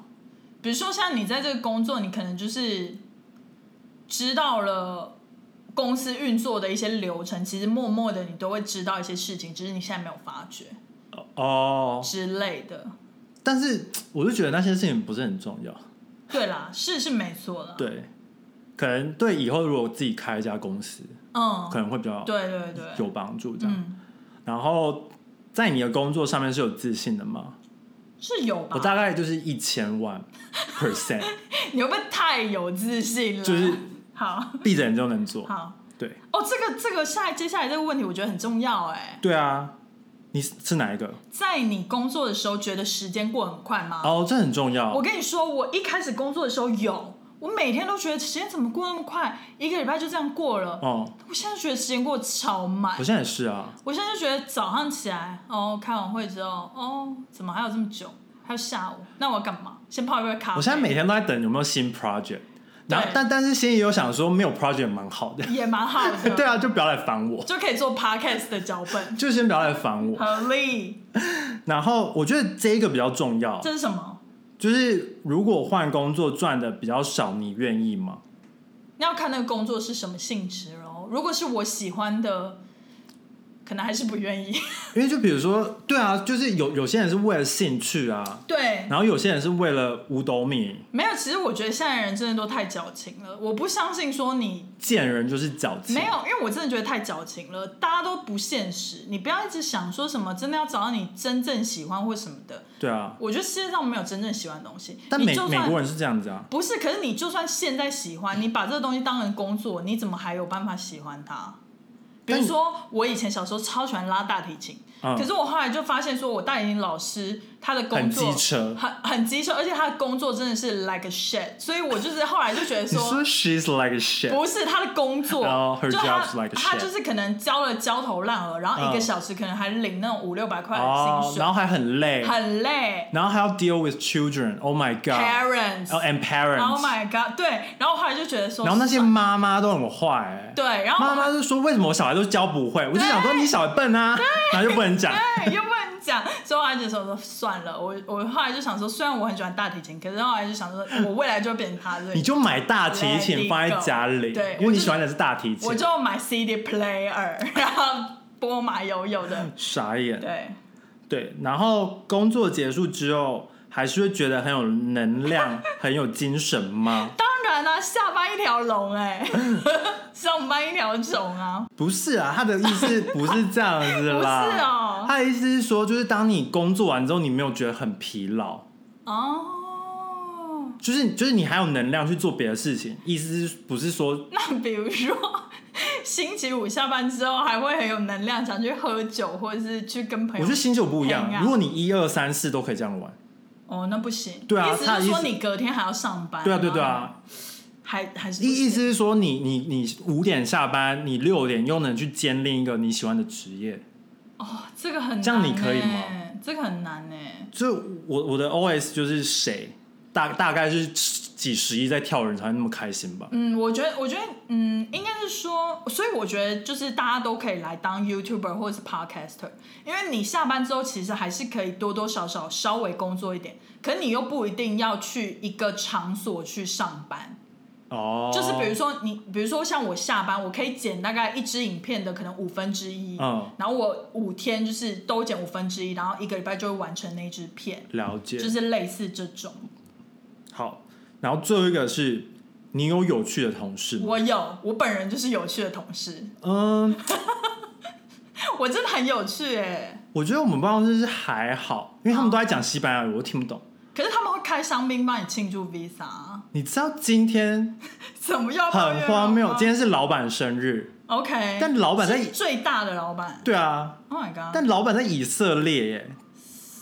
S1: 比如说像你在这个工作，你可能就是知道了公司运作的一些流程，其实默默的你都会知道一些事情，只是你现在没有发觉
S2: 哦，
S1: 之类的。
S2: 但是我就觉得那些事情不是很重要，
S1: 对啦，是是没错啦。，
S2: 对，可能对以后如果我自己开一家公司，
S1: 嗯，
S2: 可能会比较
S1: 对对对，
S2: 有帮助这样。
S1: 嗯，
S2: 然后在你的工作上面是有自信的吗？
S1: 是有吧
S2: 我？大概就是一千万 percent，
S1: 你会不会太有自信了？
S2: 就是
S1: 好
S2: 闭着眼就能做。
S1: 好
S2: 对，
S1: 哦，这个这个下接下来这个问题我觉得很重要哎、
S2: 对啊，你是是哪一个？
S1: 在你工作的时候觉得时间过很快吗？
S2: 哦，这很重
S1: 我
S2: 要。
S1: 跟你说，我一开始工作的时候有，我每天都觉得时间怎么过那么快，一个礼拜就这样过了。
S2: 哦，
S1: 我现在觉得时间过得超慢
S2: 我，现在也是啊。
S1: 我现在就觉得早上起来，哦，开完会之后，哦，怎么还有这么久？还有下午，那我要干嘛？先泡一杯咖啡。
S2: 我现在每天都在等有没有新 project，然后
S1: 对
S2: 但但是心里有想说没有 project 蛮好的，
S1: 也蛮 好的，
S2: 对啊，就不要来烦我，
S1: 就可以做 podcast 的脚本，
S2: 就先不要来烦我。
S1: 合理。
S2: 然后我觉得这一个比较重要，
S1: 这是什么？
S2: 就是如果换工作赚的比较少，你愿意吗？
S1: 那要看那个工作是什么性质哦。如果是我喜欢的，可能还是不愿意。
S2: 因为就比如说，对啊，就是有有些人是为了兴趣啊，
S1: 对，
S2: 然后有些人是为了五斗米，
S1: 没有。其实我觉得现在人真的都太矫情了。我不相信说你
S2: 见人就是矫情。
S1: 没有，因为我真的觉得太矫情了，大家都不现实。你不要一直想说什么真的要找到你真正喜欢或什么的。
S2: 对啊，
S1: 我觉得世界上没有真正喜欢的东西。
S2: 但
S1: 你
S2: 美
S1: 就
S2: 美
S1: 算
S2: 国人是这样子啊，
S1: 不是，可是你就算现在喜欢，你把这个东西当成工作，你怎么还有办法喜欢它？比如
S2: 但
S1: 说，我以前小时候超喜欢拉大提琴，
S2: 嗯
S1: 可是我后来就发现，说我大提琴老师他的工
S2: 很
S1: 作
S2: 机车。
S1: 很很棘手，而且他的工作真的是 like a shit，所以我就是后来就觉得
S2: 你
S1: 说，
S2: 说 she's like a shit，
S1: 不是他的工作，
S2: 哦，her
S1: 就他
S2: job's like a
S1: 他
S2: shit
S1: 就是可能交了焦头烂额，然后一个
S2: 嗯
S1: 小时可能还领那种五六百块的
S2: 哦
S1: 薪，水，
S2: 然后还很累，
S1: 很累。
S2: 然后还要 deal with children，oh my god，
S1: Parents,
S2: 哦 and
S1: oh
S2: parents，
S1: my god，对，然后后来就觉得说，
S2: 然后那些
S1: 算
S2: 妈妈都很坏欸，
S1: 对，然后
S2: 妈妈就说为什么我小孩都教不会，我就想说你小孩笨啊，然后就不能讲，
S1: 对，哎又不能讲，所以我后来就想说算了，我我后来就想说，虽然我很喜欢大提琴，可是后来就想说，我未来就会变成他这
S2: 你
S1: 样，
S2: 就买大提琴放在家里，
S1: 对
S2: 因为你喜欢的是大提琴
S1: 我，就买 CD player，然 后播马友友的，
S2: 傻眼，
S1: 对，
S2: 对，然后工作结束之后，还是会觉得很有能 量、很有精神吗？
S1: 当然啦、下班一条龙哎、 上班一条虫啊，
S2: 不是啊，他的意思不是这样子 啦。
S1: 不是哦
S2: 他的意思是说，就是当你工作完之后，你没有觉得很疲劳，
S1: 哦，
S2: 就是就是你还有能量去做别的事情。意思是不是说
S1: 那比如说星期五下班之后还会很有能量，想去喝酒或者是去跟朋
S2: 我
S1: 友
S2: 觉得。星球不一样
S1: 朋友？
S2: 如果你一二三四都可以这样玩，
S1: 哦，那不行。
S2: 对啊
S1: 意思
S2: 他的
S1: 是
S2: 意
S1: 说
S2: 思
S1: 你隔天还要上班。
S2: 对啊对
S1: 然后
S2: 对啊。
S1: 还，还还是不
S2: 意意
S1: 行
S2: 思是说你你你五点下班，你六点又能去兼另一个你喜欢的职业。
S1: 哦，这个很难
S2: 这样你可以吗
S1: 欸？这个很难呢。欸
S2: 就我我的 OS 就是谁大大概是几十亿在跳人才会那么开心吧？
S1: 嗯，我觉得，我觉得，嗯，应该是说，所以我觉得就是大家都可以来当 YouTuber 或者是 Podcaster，因为你下班之后其实还是可以多多少少稍微工作一点，可你又不一定要去一个场所去上班。
S2: 哦，
S1: 就是比如说你，比如说像我下班，我可以剪大概一支影片的可能五分之一，
S2: 嗯
S1: 然后我五天就是都剪五分之一，然后一个礼拜就会完成那支片，
S2: 了解，
S1: 就是类似这种。
S2: 好。然后最后一个是你有有趣的同事吗？
S1: 我有，我本人就是有趣的同事，
S2: 嗯，
S1: 我真的很有趣哎、
S2: 我觉得我们办公室是还好，因为他们都在讲西班牙语，我都听不懂。
S1: 可是他们会开香槟帮你庆祝 Visa，啊
S2: 你知道今天
S1: 怎么样？
S2: 很荒谬，今
S1: 天
S2: 天是老板生日，
S1: OK，
S2: 但老板在
S1: 是最大的老板
S2: 对啊，
S1: ，Oh my god！
S2: 但老板在以色列耶，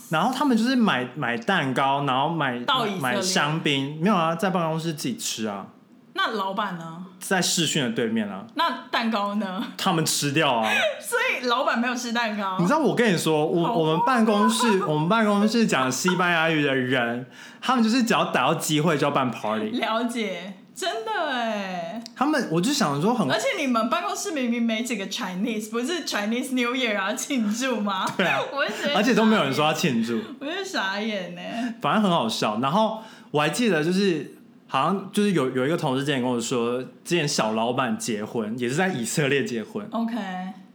S2: 然后他们就是买买蛋糕，然后买
S1: 到以色列
S2: 买香槟，没有啊，在办公室自己吃啊，
S1: 那老板呢？
S2: 在视讯的对面啊，
S1: 那蛋糕呢？
S2: 他们吃掉啊。
S1: 所以老板没有吃蛋糕
S2: 你知。道我跟你说，我
S1: 好哦
S2: 我们办公室我们办公室讲西班牙语的人，他们就是只要逮到机会就要办 party，
S1: 了解，真的哎。
S2: 他们我就想说很
S1: 而且你们办公室明明没几个 Chinese，不是 Chinese New Year 啊庆祝吗？
S2: 对啊
S1: 我就觉得
S2: 而且都没有人说
S1: 哎
S2: 要庆祝，
S1: 傻眼，我就傻眼呢。
S2: 反正很好笑。然后我还记得，就是好像就是有有一个同事之前跟我说，之前小老板结婚也是在以色列结婚，
S1: OK，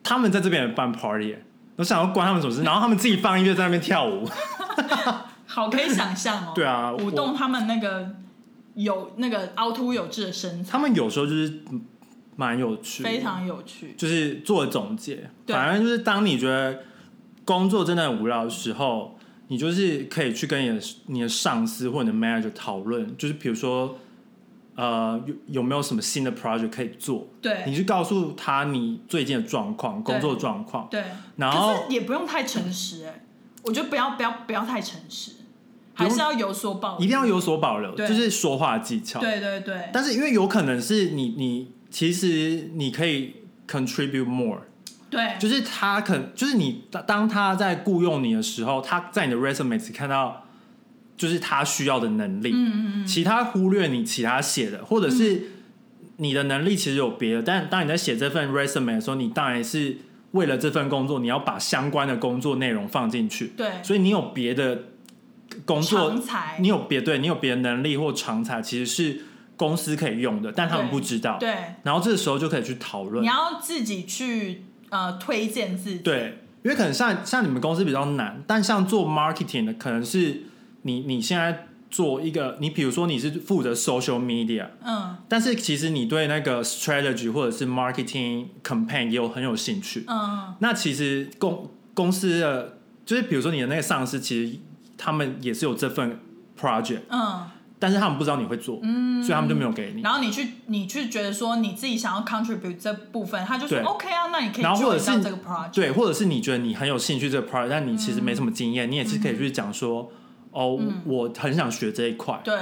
S2: 他们在这边也办 party，耶我想要关他们什么事？然后他们自己放音乐在那边跳舞，
S1: 好可以想象哦。
S2: 对啊
S1: 哦舞
S2: 我
S1: 动他们那个有那个凹凸有致的身材，
S2: 他们有时候就是嗯蛮有趣的，
S1: 非常有趣。
S2: 就是做总结。
S1: 对
S2: 反正就是当你觉得工作真的很无聊的时候，你就是可以去跟你的你的上司或你的 manager 讨论，就是比如说，呃，有有没有什么新的 project 可以做？
S1: 对
S2: 你去告诉他你最近的状况、
S1: 对
S2: 工作状况，
S1: 对，
S2: 然
S1: 可
S2: 后
S1: 是也不用太诚实哎、我觉得不要不要不要太诚实，还是要有所保留，
S2: 一定要有所保留，
S1: 对
S2: 就是说话技巧。
S1: 对对对，
S2: 但是因为有可能是你你其实你可以 contribute more，
S1: 对
S2: 就是他肯就是你当当他在雇佣你的时候，他在你的 resume 只看到就是他需要的能力，
S1: 嗯嗯嗯，
S2: 其他忽略你其他写的，或者是你的能力其实有别的，但当你在写这份 resume 的时候，你当然是为了这份工作，你要把相关的工作内容放进去，
S1: 对，
S2: 所以你有别的工作
S1: 长，才
S2: 你有别对你有别的能力或长才，其实是公司可以用的，但他们
S1: 对
S2: 不知道。
S1: 对，
S2: 然后这时候就可以去讨
S1: 你
S2: 论，
S1: 要自己去呃推荐自己，
S2: 对，因为可能像像你们公司比较难，但像做 marketing 的，可能是你你现在做一个，你比如说你是负责 social media，
S1: 嗯
S2: 但是其实你对那个 strategy 或者是 marketing campaign 也有很有兴趣。
S1: 嗯
S2: 那其实公公司的就是比如说你的那个上司，其实他们也是有这份 project，
S1: 嗯
S2: 但是他们不知道你会做，
S1: 嗯，
S2: 所以他们就没有给你。
S1: 然后你去你去觉得说你自己想要 contribute 这部分，他就说
S2: 对
S1: OK 啊，那你可以
S2: 然后或者
S1: join
S2: 是
S1: 到这个 project，
S2: 对，或者是你觉得你很有兴趣这个 part，但你其实没什么经验，你也是可以去讲说，哦，我很想学这一块，
S1: 对，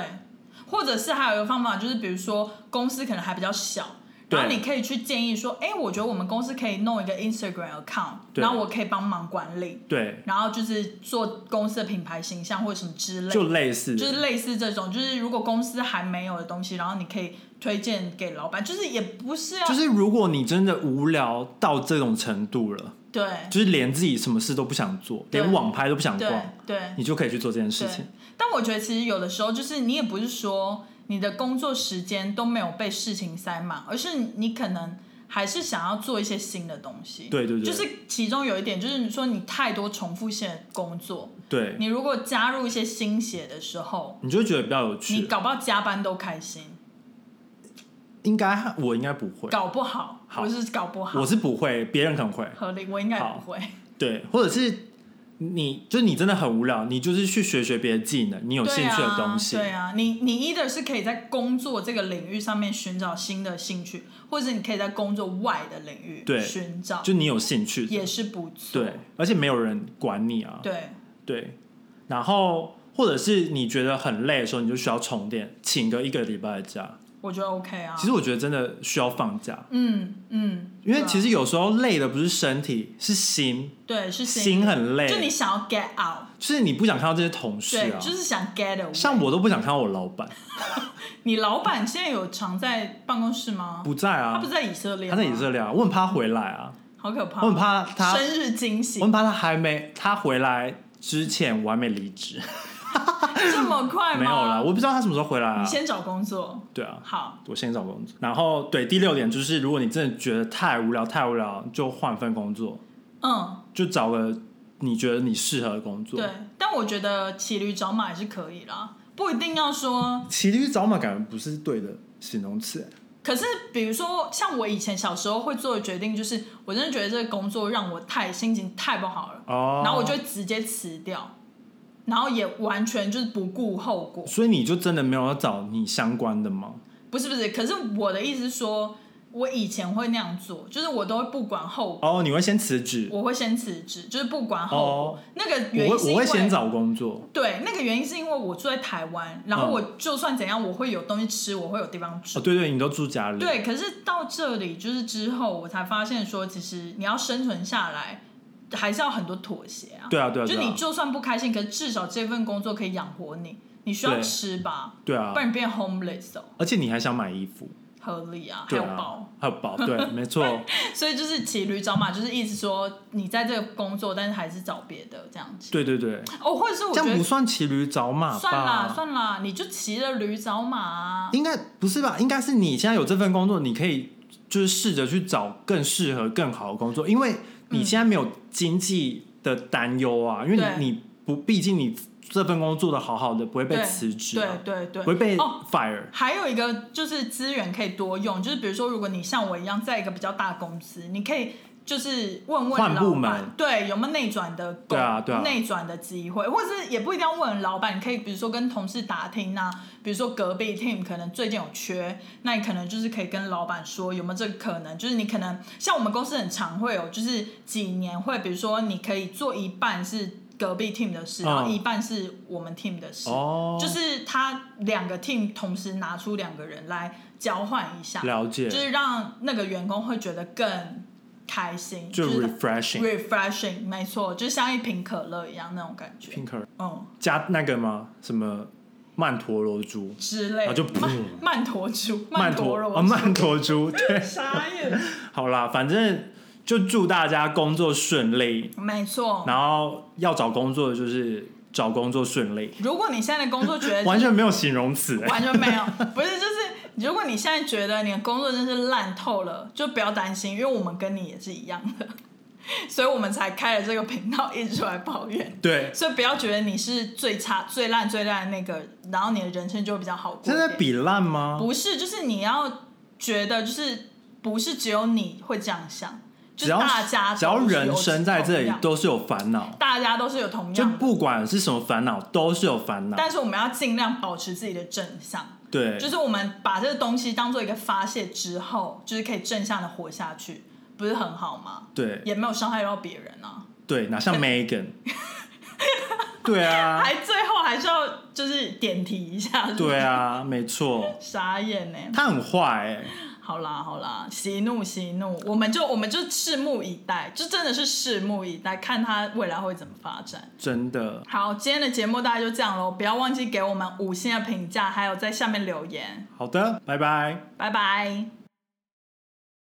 S1: 或者是还有一个方法，就是比如说公司可能还比较小，然后
S2: 对
S1: 你可以去建议说，哎，我觉得我们公司可以弄一个 Instagram account，
S2: 对
S1: 然后我可以帮忙管理，
S2: 对，
S1: 然后就是做公司的品牌形象或者什么之类的，
S2: 就类似，
S1: 就是类似这种，就是如果公司还没有的东西，然后你可以推荐给老板，就是也不是要、
S2: 就是如果你真的无聊到这种程度了，
S1: 对
S2: 就是连自己什么事都不想做，
S1: 对
S2: 连网拍都不想
S1: 对
S2: 逛，
S1: 对
S2: 你就可以去做这件事
S1: 对
S2: 情。。
S1: 但我觉得其实有的时候就是你也不是说你的工作时间都没有被事情塞满，而是你可能还是想要做一些新的东西。
S2: 对对对
S1: 就是其中有一点就是你说你太多重复性的工作，
S2: 对，
S1: 你如果加入一些新血的时候，
S2: 你就会觉得比较有
S1: 你
S2: 趣。
S1: 搞不好加班都开心，
S2: 应该我应该不会，
S1: 搞不好
S2: 好
S1: 我是搞不好
S2: 我，是不会，别人可能会。
S1: 合理，我应该
S2: 好
S1: 不会。
S2: 对，或者是你就是你真的很无聊，你就是去学学别的技能，你有兴趣的东西。
S1: 对啊，对啊你你 either 是可以在工作这个领域上面寻找新的兴趣，或者是你可以在工作外的领域
S2: 对
S1: 寻找，
S2: 就你有兴趣的，
S1: 也是不错。
S2: 对，而且没有人管你啊。
S1: 对
S2: 对，然后或者是你觉得很累的时候，你就需要充电，请个一个礼拜的假。
S1: 我觉得 OK 啊。
S2: 其实我觉得真的需要放假，
S1: 嗯嗯，
S2: 因为
S1: 对啊
S2: 其实有时候累的不是身体，是心，
S1: 对是
S2: 心很累，
S1: 就你想要 get out，
S2: 就是你不想看到这些同事
S1: 对，
S2: 啊。
S1: 就是想 get away。
S2: 像我都不想看到我老板
S1: 你老板现在有常在办公室吗？
S2: 不在
S1: 他
S2: 啊
S1: 不是，在以色列，
S2: 他在以色
S1: 列，
S2: 列啊，我很怕他回来啊，
S1: 好可怕
S2: 我。很怕他
S1: 生日惊喜
S2: 我，很怕他还没他回来之前我还没离职，
S1: 这么快吗？
S2: 没有啦，我不知道他什么时候回来啊
S1: 你。先找工作，
S2: 对啊，
S1: 好，
S2: 我先找工作。然后对第六点就是，如果你真的觉得太无聊太无聊，就换份工作，
S1: 嗯，
S2: 就找个你觉得你适合的工作。
S1: 对，。但我觉得骑驴找马也是可以啦，不一定要说。
S2: 骑驴找马感觉不是对的形容词，
S1: 可是，比如说，像我以前小时候会做的决定，就是我真的觉得这个工作让我太心情太不好了，
S2: 哦。
S1: 然后我就会直接辞掉，然后也完全就是不顾后果。
S2: 所以你就真的没有要找你相关的吗？
S1: 不是不是，可是我的意思是说，我以前会那样做，就是我都会不管后果，
S2: 哦，你会先辞职，
S1: 我会先辞职，就是不管后果。
S2: 哦
S1: 那个
S2: 我
S1: 原因是
S2: 会
S1: 因
S2: 我会先
S1: 为
S2: 找工作，
S1: 对，那个原因是因为我住在台湾，然后
S2: 嗯
S1: 我就算怎样，我会有东西吃，我会有地方住。
S2: 哦，对对，你都住家里，，
S1: 对，啊可是到这里就是之后，我才发现说，其实你要生存下来，还是要很多妥协啊。
S2: 对啊对啊，
S1: 就
S2: 对啊
S1: 你就算不开心，可是至少这份工作可以养活你，你需要
S2: 对
S1: 吃吧，
S2: 对啊
S1: 不，然你变 homeless 哦，
S2: 而且你还想买衣服，
S1: 合理啊，还
S2: 对
S1: 有
S2: 啊
S1: 包。，
S2: 还有包，对，没错，
S1: 所以就是骑驴找马，就是意思说你在这个工作，但是还是找别的这样子。
S2: 对对对，
S1: 哦，或者是我
S2: 这
S1: 觉
S2: 样不
S1: 得
S2: 算骑驴找马吧？啊
S1: 算啦算啦，你就骑了驴找马、啊。
S2: 应该不是吧？应该是你现在有这份工作，你可以就是试着去找更适合、更好的工作，因为你现在没有经济的担忧啊，因为
S1: 对
S2: 你你不，毕竟你这份工作做的好好的，不会被
S1: 对
S2: 辞职、
S1: 对
S2: 啊，
S1: 对对，
S2: 不会被
S1: 哦。
S2: fire，、
S1: 还有一个就是资源可以多用，就是比如说，如果你像我一样在一个比较大公司，你可以就是问问
S2: 换部
S1: 老
S2: 门
S1: 板，对有没有内转的工，
S2: 对啊对啊
S1: 内转的机会，或者是也不一定要问老板，你可以比如说跟同事打听呐、比如说隔壁 team 可能最近有缺，那你可能就是可以跟老板说有没有这个可能，就是你可能像我们公司很常会有，就是几年会，比如说你可以做一半是隔壁 team 的事，然后
S2: 嗯
S1: 一半是我们 team 的事，
S2: 哦，
S1: 就是他两个 team 同时拿出两个人来交换一下，
S2: 了解，
S1: 就是让那个员工会觉得更开心，
S2: 就
S1: 就是
S2: refreshing
S1: refreshing，没错，就像一瓶可乐一样那种感觉，
S2: pinker
S1: 嗯
S2: 加那个吗？什么曼陀罗珠？
S1: 之类
S2: 啊
S1: 的。
S2: 就
S1: 曼
S2: 噗
S1: 曼陀珠，陀
S2: 陀
S1: 罗
S2: 啊，
S1: 珠
S2: 曼陀珠，对，
S1: 傻眼，
S2: 好啦，反正就祝大家工作顺利，
S1: 没错。
S2: 然后要找工作就是找工作顺利，
S1: 如果你现在的工作觉得
S2: 完全没有形容词、 欸。
S1: 完全没有，不是就是，如果你现在觉得你的工作真是烂透了，就不要担心，因为我们跟你也是一样的， 所以我们才开了这个频道一直出来抱怨，
S2: 对，
S1: 所以不要觉得你是最差、最烂、最烂的那个，然后你的人生就会比较好过一
S2: 真
S1: 点。
S2: 的比烂吗？
S1: 不是，就是你要觉得就是不是只有你会这样想，就
S2: 只
S1: 是
S2: 要
S1: 大家
S2: 只要
S1: 都是有
S2: 人生在这
S1: 同
S2: 里
S1: 样，
S2: 都是有烦恼，
S1: 大家都是有同
S2: 就
S1: 样的，
S2: 不管是什么烦恼，都是有烦恼。
S1: 但是我们要尽量保持自己的正向。
S2: 对，
S1: 就是我们把这个东西当做一个发泄之后，就是可以正向的活下去，不是很好吗？
S2: 对
S1: 也没有伤害到别人啊，
S2: 对，哪 像 Megan？对啊，
S1: 还最后还是要就是点题一下，是不是
S2: 对，啊，没 错，
S1: 傻眼呢、
S2: 他很坏、欸，
S1: 好啦好啦，息怒息怒，我们就我们就拭目以待，就真的是拭目以待，看他未来会怎么发展。
S2: 真的。
S1: 好，今天的节目大概就这样喽，不要忘记给我们五星的评价，还有在下面留言，
S2: 好的，拜拜。
S1: 拜拜。